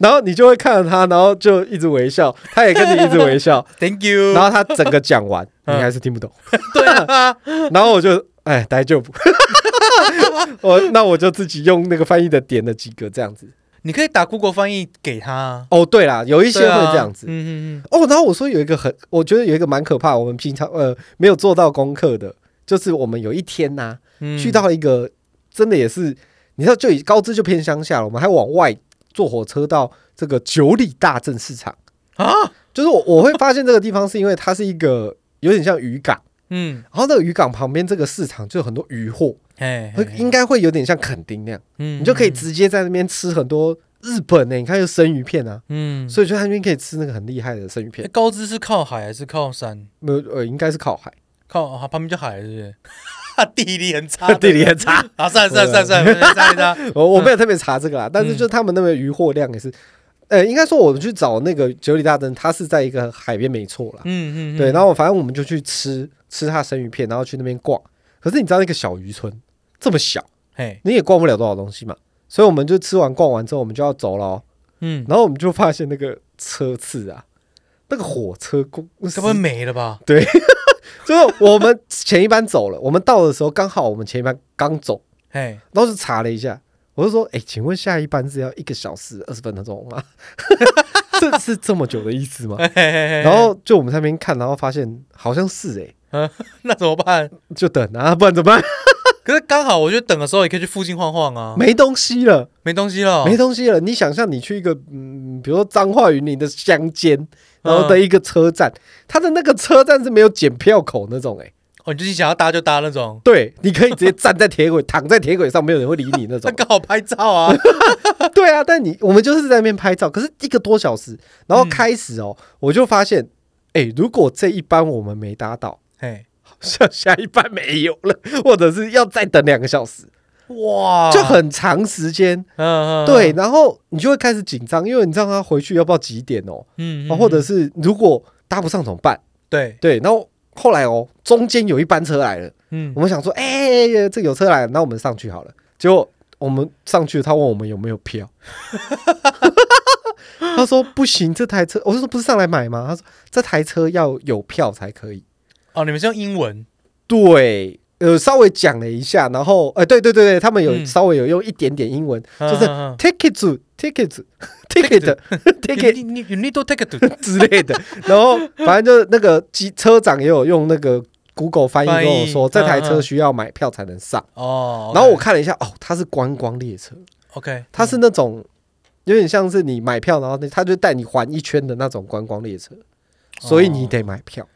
然后你就会看着他，然后就一直微笑，他也跟你一直微笑，
Thank you。
然后他整个讲完，你
嗯
还是听不懂。
对啊，
然后我就哎，待就不，我那我就自己用那个翻译的点了几个这样子。
你可以打 Google 翻译给他啊，
哦，对啦，有一
一
些会这样子。
嗯嗯嗯，
哦，然后我说有一个很，我觉得有一个蛮可怕，我们平常呃没有做到功课的，就是我们有一天呐、
嗯
去到一个真的也是，你知道就以高知就偏乡下了，我们还往外坐火车到这个九里大镇市场。
啊，
*laughs* 就是我我会发现这个地方是因为它是一个有点像渔港，
嗯，
然后那个渔港旁边这个市场就有很多渔货，
哎，
会应该会有点像垦丁那样，
嗯
你就可以，直接在那边吃很多日本呢、你看有生鱼片啊，
嗯，
所以就在那边可以吃那个很厉害的生鱼
哎
片，
高知是靠海还是靠山？
没有呃，应该是靠海，
靠啊，旁边就海，是不是？ *laughs* 哈地理很差的，
*laughs* 地理很差，
啊，算了算了算了算了算了算了算了，
我我没有特别查这个啦，但
嗯
是就他们那边渔获量也是，呃，应该说我们去找那个九里大灯，它是在一个海边没错啦，
嗯嗯，嗯
对，然后反正我们就去吃吃它生鱼片，然后去那边逛，可是你知道那个小渔村这么小，
嘿，
你也逛不了多少东西嘛，所以我们就吃完逛完之后，我们就要走了哦。
嗯，
然后我们就发现那个车次啊，那个火车公
该不会没了吧？
就是我们前一班走了，我们到的时候刚好我们前一班刚走，
嘿，
然后就查了一下，我就说：“哎、请问下一班是要一个小时二十分钟吗？ *laughs* 这是这么久的意思吗
嘿嘿嘿嘿？”
然后就我们在那边看，然后发现好像是哎、
*laughs* 那怎么办？ *laughs*
就等啊，不然怎么办？
可是刚好，我觉得等的时候也可以去附近晃晃啊，
没东西了，
没东西了，
没东西了。你想象你去一个嗯，比如说彰化云林的乡间，然后的一个车站，它的那个车站是没有检票口那种哎、
哦，你就是想要搭就搭那种，
对，你可以直接站在铁轨，躺在铁轨上，没有人会理你那
那
种。
刚好拍照
*laughs*
啊。
对啊，但你我们就是在那边拍照，可是一个多小时，然后开始哦，我就发现，哎、如果这一班我们没搭到， *laughs*
嘿，
好像下一班没有了，或者是要再等两个小时，
哇，
就很长时间。
啊嗯，嗯
对，，然后你就会开始紧张，因为你知道他回去要不要几点哦，
嗯，嗯
啊或者是如果搭不上怎么办？
对，
对，然后后来哦，中间有一班车来了，
嗯
我，们想说，哎、这有车来了，那我们上去好了。结果我们上去，他问我们有没有票， *laughs* 他说不行，这台车，我就说不是上来买吗？他说这台车要有票才可以。
哦，你们是用英文，
对，呃，稍微讲了一下，然后，呃，对对对对，他们有
嗯
稍微有用一点点英文，就是
嗯嗯嗯
*laughs* tickets tickets ticket *laughs* ticket
You need- you need to take it，
*laughs* 之类的，然后反正就是那个机车长也有用那个 Google 翻译
翻译
跟我说，这台
嗯
车
嗯
需要买票才能上。
哦，
然后我看了一下，哦，它是观光列车，
OK，
它是那
嗯
种有点像是你买票，然后那它就带你环一圈的那种观光列车，
哦
所以你得买票。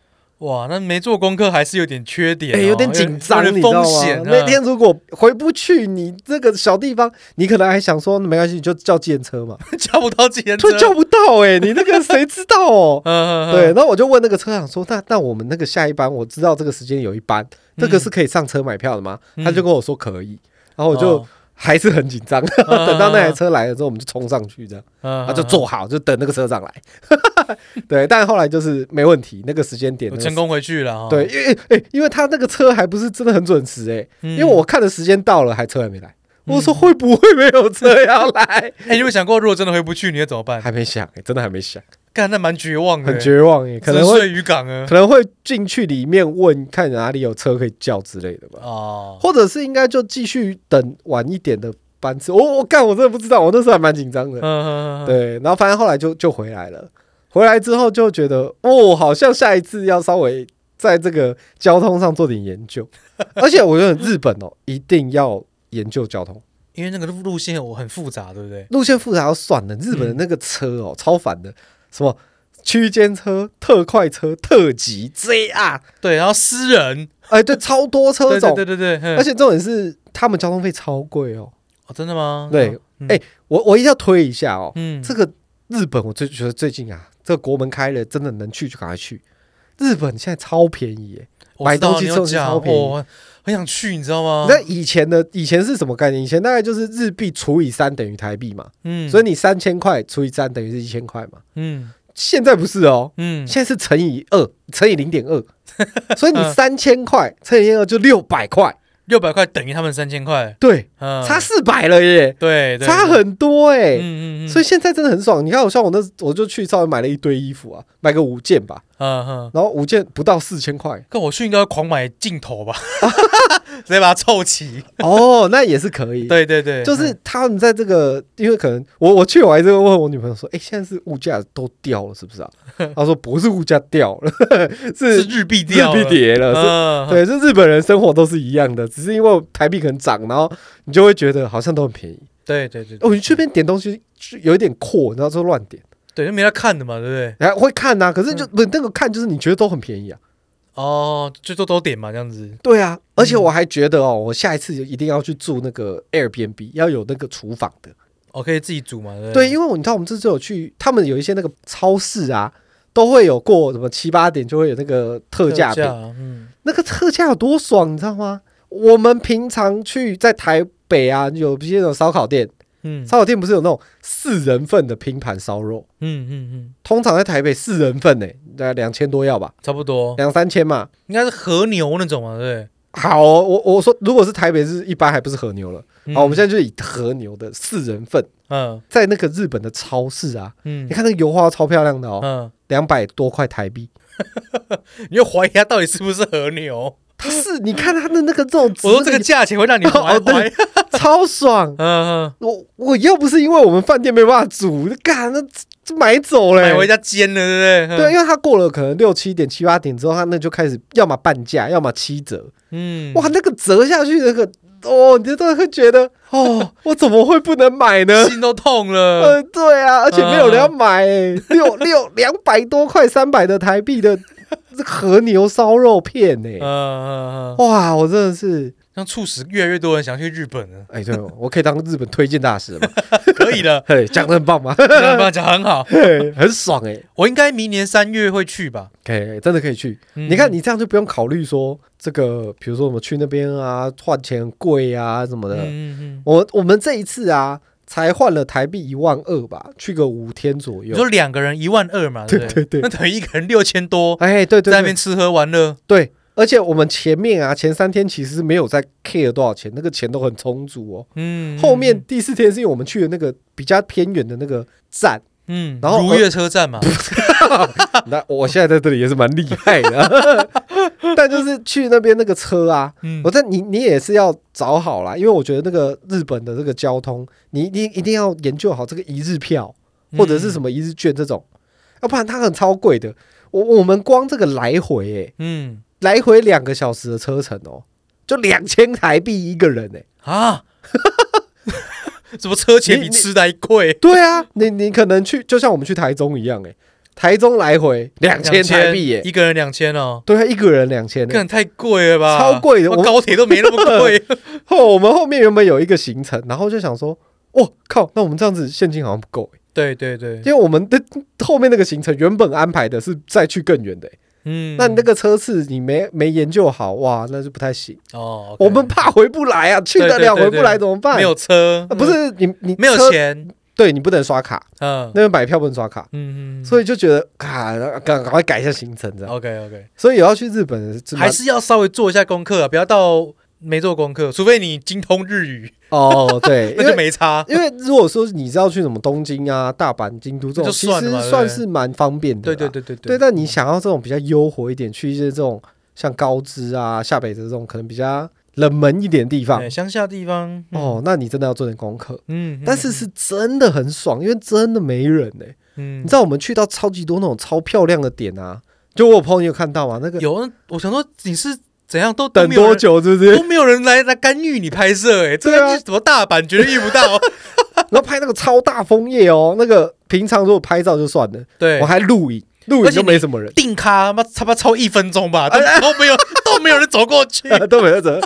哇，那没做功课还是有点缺点
哎、
哦，
有点紧张，
有
你
点
知道
风
吗
险啊。。
那天如果回不去，你这个小地方，你可能还想说没关系，你就叫计程车
*laughs*
嘛，
叫不到计程
就
车，？
叫不到哎、你那个谁知道哦
嗯，嗯
对，，然后我就问那个车长说：“那那我们那个下一班，我知道这个时间有一班，这个
嗯
是可以上车买票的吗？”
嗯
他就跟我说可以，然后我就
哦
还是很紧张，
嗯
*laughs* 等到那台车来了之后，我们就冲上去这样。
嗯
他就，坐好，就等那个车长来。 *laughs* 对，但后来就是没问题，那个时间点、
我
那个
成功回去了哦。
嗯对，因为哎、因为他那个车还不是真的很准时哎、
嗯，
因为我看的时间到了，还车还没来。我说会不会没有车要来？ *laughs*
哎，你有想过如果真的回不去，你要怎么办？
还没想、欸，真的还没想，
干，那蛮绝望的，
很绝望哎、可能
只
会
是睡渔港 *laughs*
*laughs*
啊。
可能会进去里面问看哪里有车可以叫之类的吧，
哦，
或者是应该就继续等晚一点的班次。我我干，我真的不知道，我那时候还蛮紧张的
嗯。嗯，嗯嗯
对，然后反正后来就就回来了。回来之后就觉得，哦，好像下一次要稍微在这个交通上做点研
*laughs*
究。而且我觉得日本哦，一定要研究交通
因为那个路路线我很复杂，对不对？
路线复杂要算了，日本
嗯
的那个车哦，超烦的，什么区间车、特快车、特急、JR，
对，然后私人，
哎，对，超多车
对
种，
对对对 *laughs* 对，
而
且
且重点是他们交通费超贵哦。
哦，真的吗？
对
嗯，
哎我我一定要推一下哦，
嗯，
这个日本，我最觉得最近啊，这个国门开了，真的能去就赶快去。日本现在超便宜耶！
我知道
买东西
你有
真的是
讲哦
超便宜
我很想去，你知道吗？
那、以前的以前是什么概念？以前大概就是日币除以三等于台币嘛，
嗯，
所以你三千块除以三等于是一千块嘛。
嗯
现在不是哦，
嗯，
现在是乘以二，乘以零点
*laughs*
二，所以你
嗯
三千块乘以零二就六百块，
六百块等于他们三千块，
对，
嗯，
差四百了耶，
对，对
差，
对
很多哎、
嗯嗯嗯，
所以
以
现在真的很爽。你看，我像我那我就去稍微买了一堆衣服啊，买个五件吧，
嗯嗯，
然后五件不到四千
*laughs*
块
跟我去应该要狂买镜头吧， *laughs* 直接把它凑齐，
哦，那也是可以。，
对对嗯对，
就是他们在这个，因为可能我我去我还是会问我女朋友说，哎、现在是物价都掉了是不是啊？ *laughs* 她说不是物价掉了， *laughs*
是
是
日币
日
掉了，
币跌了。是
嗯，嗯，
对，就日本人生活都是一样的，只是因为台币可能涨，然后你就会觉得好像都很便宜。
对对对，
哦我去这边点东西就有一点阔，然后就乱点，
对，就没他看的嘛，对不对？
然后会看呐、啊可是就
嗯
不、那个看就是你觉得都很便宜啊。
哦，就多多点嘛，这样子，
对啊，而且我还觉得哦，我下一次一定要去住那个 Airbnb，要有那个厨房的。
我哦可以自己煮嘛，对不
对，因为我你知道我们这次有去，他们有一些那个超市啊，都会有过什么七八点就会有那个特价品，
嗯，
那个特价有多爽，你知道吗？我们平常去在台北啊，有一些那种烧烤店，
嗯
烧烤店不是有那种四人份的拼盘烧肉，
嗯嗯嗯，
通常在台北四人份呢、大概两千多要吧，
差不多，
两三千嘛。
应该是和牛那种嘛，对
好哦、我我说如果是台北是一般还不是和牛了，
不对？
嗯哦好，我们
在，
现在就以和牛的四人份，
嗯
在那个日本的超市啊，
嗯
你看那个油画超漂亮的哦，
嗯，
两百多块台币。
你就怀疑它到底是不是和牛？
*laughs* 它是，你看它的那个肉质，
我说这个价钱会让你 *laughs* 怀
哦对
怀，
超爽。
嗯嗯，
我我又不是因为我们饭店没办法煮，干那这买走了、
买回家煎了，对嗯不对？
对，因为它过了可能六七点、七八点之后，它那就开始要么半价，要么七折。
嗯，嗯，
哇，那个折下去那个，哦，你真的会觉得，哦，我怎么会不能买呢？
*laughs* 心都痛了，
呃，
嗯
*laughs* 对啊，而且没有人要买、欸，六六两百多块、三百的台币的这和牛烧肉片呢、
嗯嗯嗯，
哇，我真的是，，
让促使越来越多人想去日本了 *laughs*
哎，对，我可以当日本推荐大使了嘛？
可
*laughs*
以了，
嘿，讲的 *laughs* 很棒嘛，
这样讲很好。
哎嘿很爽哎、
我应该明年三月会去吧？
可以，真的可以去。
嗯
你看，你这样就不用考虑说这个，比如说我们去那边啊，换钱很贵啊什么的。
嗯嗯嗯，
我我们这一次啊，才换了台币一万二吧，去个五天左
你
右。
说两个人一万二嘛，不
*laughs* 对对对
那等于一个人六千多，
哎，对对
在那
对
边吃喝玩乐，
对，而且我们前面啊，前三天其实没有在 care 多少钱，那个钱都很充足哦。
嗯，
*laughs* 后面第四天是因为我们去了那个比较偏远的那个站，
嗯，嗯
然后
如月
*laughs*
车站嘛，
那我现在在这里也是蛮厉害的 *laughs* 啊，但就是去那边那个车啊，
嗯
我，在你你也是要找好啦，因为我觉得那个日本的这个交通，你你一定要研究好这个一日票
嗯
或者是什
么，
么一日券这种，要不然它很超贵的。我我们光这个来回、欸，
嗯
来回两个小时的车程哦、就两千台币一个人哎、
啊， *laughs* 怎么车钱比
你
吃的还贵？
对啊，你你可能去就像我们去台中一样哎、台中来回两千台币耶、
一个人两千哦，
对啊，一个人两千、欸。
干太贵了吧？
超贵的
哇
我
高铁都没那
*laughs*
么贵。
哦后我们后面原本有一个行程，然后就想说，我靠，那我们这样子现金好像不够、欸。
对对对，
因为我们的后面那个行程原本安排的是再去更远的欸、
嗯，
那你那个车次你没没研究好，哇，那就不太行。
哦，
我们怕回不来啊，去
对
得
对
了
对
回不
对
来怎么办？
没有车嗯
啊，，不是你你
没有
车，
钱，
对你不能刷卡，
嗯
那边买票不能刷卡，
嗯嗯，
所
以
以就觉得啊，赶赶快改一下行程这样。
OK OK，
所以有要去日本是蛮
还是要稍微做一下功课啊，不要到没做功课，除非你精通日语，
哦，对，因
*laughs* 那就
为
没差。
因为如果说你是要去什么东京啊、大阪、京都这
那
种，
就
其
算了嘛
实
对不
算
对
是蛮方便的
对
啦。
对对对对
对，但你想要这种比较悠活一点，去一些这种像高知啊、下北泽这种可能比较冷门一点的地方
对，哎乡下地方，
啊
嗯
哦，那你真的要做点功课。
嗯，嗯，
但是是真的很爽，因为真的没人呢、
嗯，
你知道我们去到超级多那种超漂亮的点啊，就我有朋友有看到嘛，那个
有，啊我想说你是怎样都
等多？久是不
都没有
是
人？都没有人来来干预你拍摄，哎，这
对啊
个是怎么大阪绝对遇不
*laughs*
到？
然后拍那个超大枫叶哦，那个平常如果拍照就算了，
对
我，还录影，录
而
影
且
就
你
没什么人。 *laughs*
定咖妈差不多超一分钟吧，都
哎
都没有都没有人走过去，
都没有人， *laughs*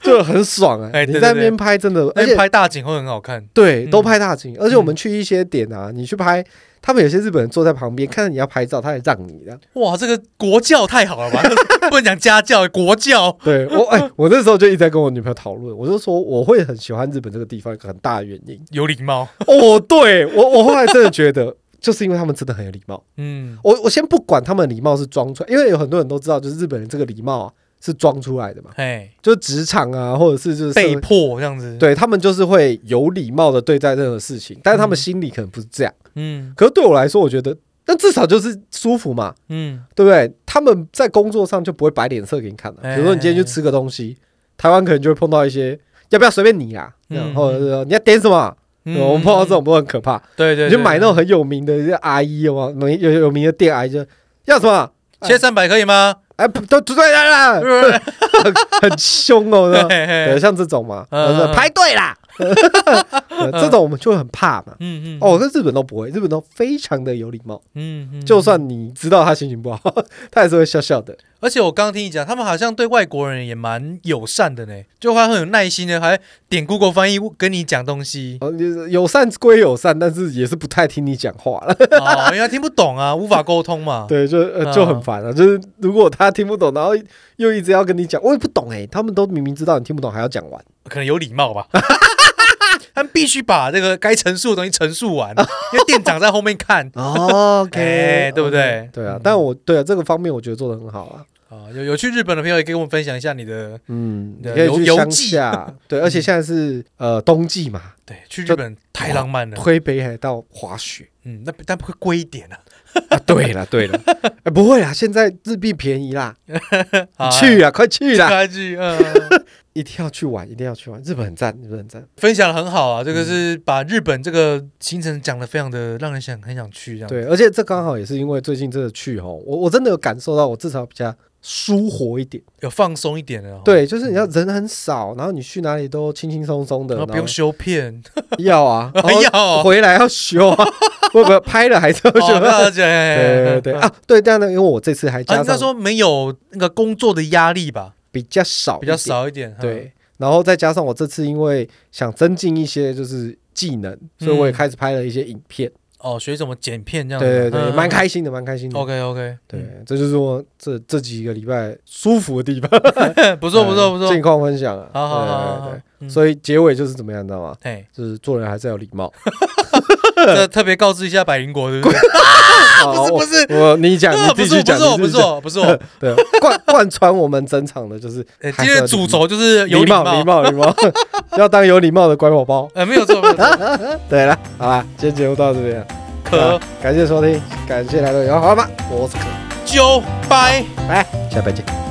就很爽啊！
哎对
你
对
在那边拍真的，而
那
且
边拍大景会很好看。
对，
嗯
都拍大景，而且我们去一些点啊，你去拍，他们有些日本人坐在旁边，看着你要拍照，他也让你的。
哇，这个国教太好
*laughs*
了吧？不能讲家教，国教。
对我，
*laughs*
哎、我那时候就一直在跟我女朋友讨论，我就说我会很喜欢日本这个地方，一个很大的原因。
有礼貌。
哦，对我，我后来真的觉得，就是因为他们真的很有礼貌。
嗯，
我我先不管他们礼貌是装出来，因为有很多人都知道，就是日本人这个礼貌啊是装出来的嘛，
哎，
就是职场啊，或者是就是社会
被迫这样子。，
对他们就是会有礼貌的对待任何事情，但是他们
嗯
心里可能不是这样。
嗯
可是对我来说，我觉得那至少就是舒服嘛，
嗯，
对不对？他们在工作上就不会摆脸色给你看了、
哎
比如说你今天去吃个东西，台湾可能就会碰到一些要不要随便你啊，
嗯
然后说你要点什么，
嗯
我们碰到这，种不会很可怕。
对对，
你
对
就买那种。很有名的一些阿姨有吗？有有有名的店阿姨就要什么？
切三百可以吗？
哎，不都都 *laughs* 对啦，
*laughs* 对对
很很凶哦，是吧
嘿嘿
对，像这种嘛，
嗯
就是排队
*laughs*
啦，对这种我们就会很怕嘛。
嗯嗯，
哦，那日本都不会，日本都非常的有礼貌，
嗯，嗯
就，算你知道他心情不好，他还是会笑笑的。，
而且我刚刚听你讲，他们好像对外国人也蛮友善的呢，就还很有耐心的，还点 Google 翻译跟你讲东西
*laughs* 哦，就是友善归友善，但是也是不太听你讲话了。
哦，因为他听不懂啊，无法沟通嘛。
*laughs* 对，就呃
嗯
就很烦啊。就是如果他听不懂，然后又一直要跟你讲，我也不懂哎，他们都明明知道你听不懂，还要讲完。
可能有礼貌 *laughs* 吧。他们必须把这个该陈述的东西陈述 *laughs* 完，因为店长在后面看
哦 *laughs*
哎对不对
对啊
嗯，
但我对啊这个方面我觉得做的很好啊。
啊、有有去日本的朋友也给我们分享一下你的，
嗯，你
对啊
可以
游
去
游
乡
记 *laughs*
下，对，而且现在是呃冬季嘛，
对，去日
就
本太浪漫了。
推北海道滑雪。
嗯，那但会贵一点 *laughs* 啊。
啊，对了对了， *laughs* 哎不会啦，现在日币便宜啦，
啊
去啊，快去
*laughs*
啦！
快去，嗯， *laughs*
一定要去玩，一定要去玩，日本很赞，日本很赞。
分享的很好啊，这个是把日本这个行程讲的非常的让人想很想去这样。，
对，而且这刚好也是因为最近真的去吼，我我真的有感受到，我至少比较舒活一点。
有放松一点的、哦，，
对，就是你要人很少，然后你去哪里
哦
都轻轻松松的，
然后
然
*laughs* 不用
后
修片，
要啊，
要哦
回来要修啊， *laughs* 不不，拍了还是要
哦，
修
没。有而且
对对对
啊，
啊，对，但呢，因为我这次还
啊
加
应该
上
说没有那个工作的压力吧，
比较少，
比较，少一点。嗯，
对，然后再加上我这次因为想增进一些就是技能，所以我也开始拍了一些影片，
哦，学怎么剪片嗯这样子，
对对对，
嗯
蛮。开心的，蛮开心的。
OK OK，
对，这就是我这这几个礼拜舒服的地方，
*laughs* 不错不错不
*laughs*
错
近，况分享啊，
好好好
对
好嗯
对对，
好，以
所以结尾就是怎么样，你知道吗？
哎，
就是做人还是要有礼
*laughs*
貌。
这特别告知一下百灵果，对
*laughs*
不对？
不
不是
啊我我你讲，
啊
你
*laughs* 不
自
是
己
我
讲，
不是我
你
不
自
是
己讲。
我不
*laughs*
是我，
对，贯贯穿我们整场的就是
*laughs* 哎
还是
今天
要
的主
礼
轴就是有
礼貌，礼貌，礼貌， *laughs* 要当有礼貌的乖宝宝。
呃，没有错，没
*laughs*
有错
对了，好啦，今天节目到这边了，啊
可
感谢收听，感谢来的，然后好吧，我是可，
揪掰。
拜，下拜见。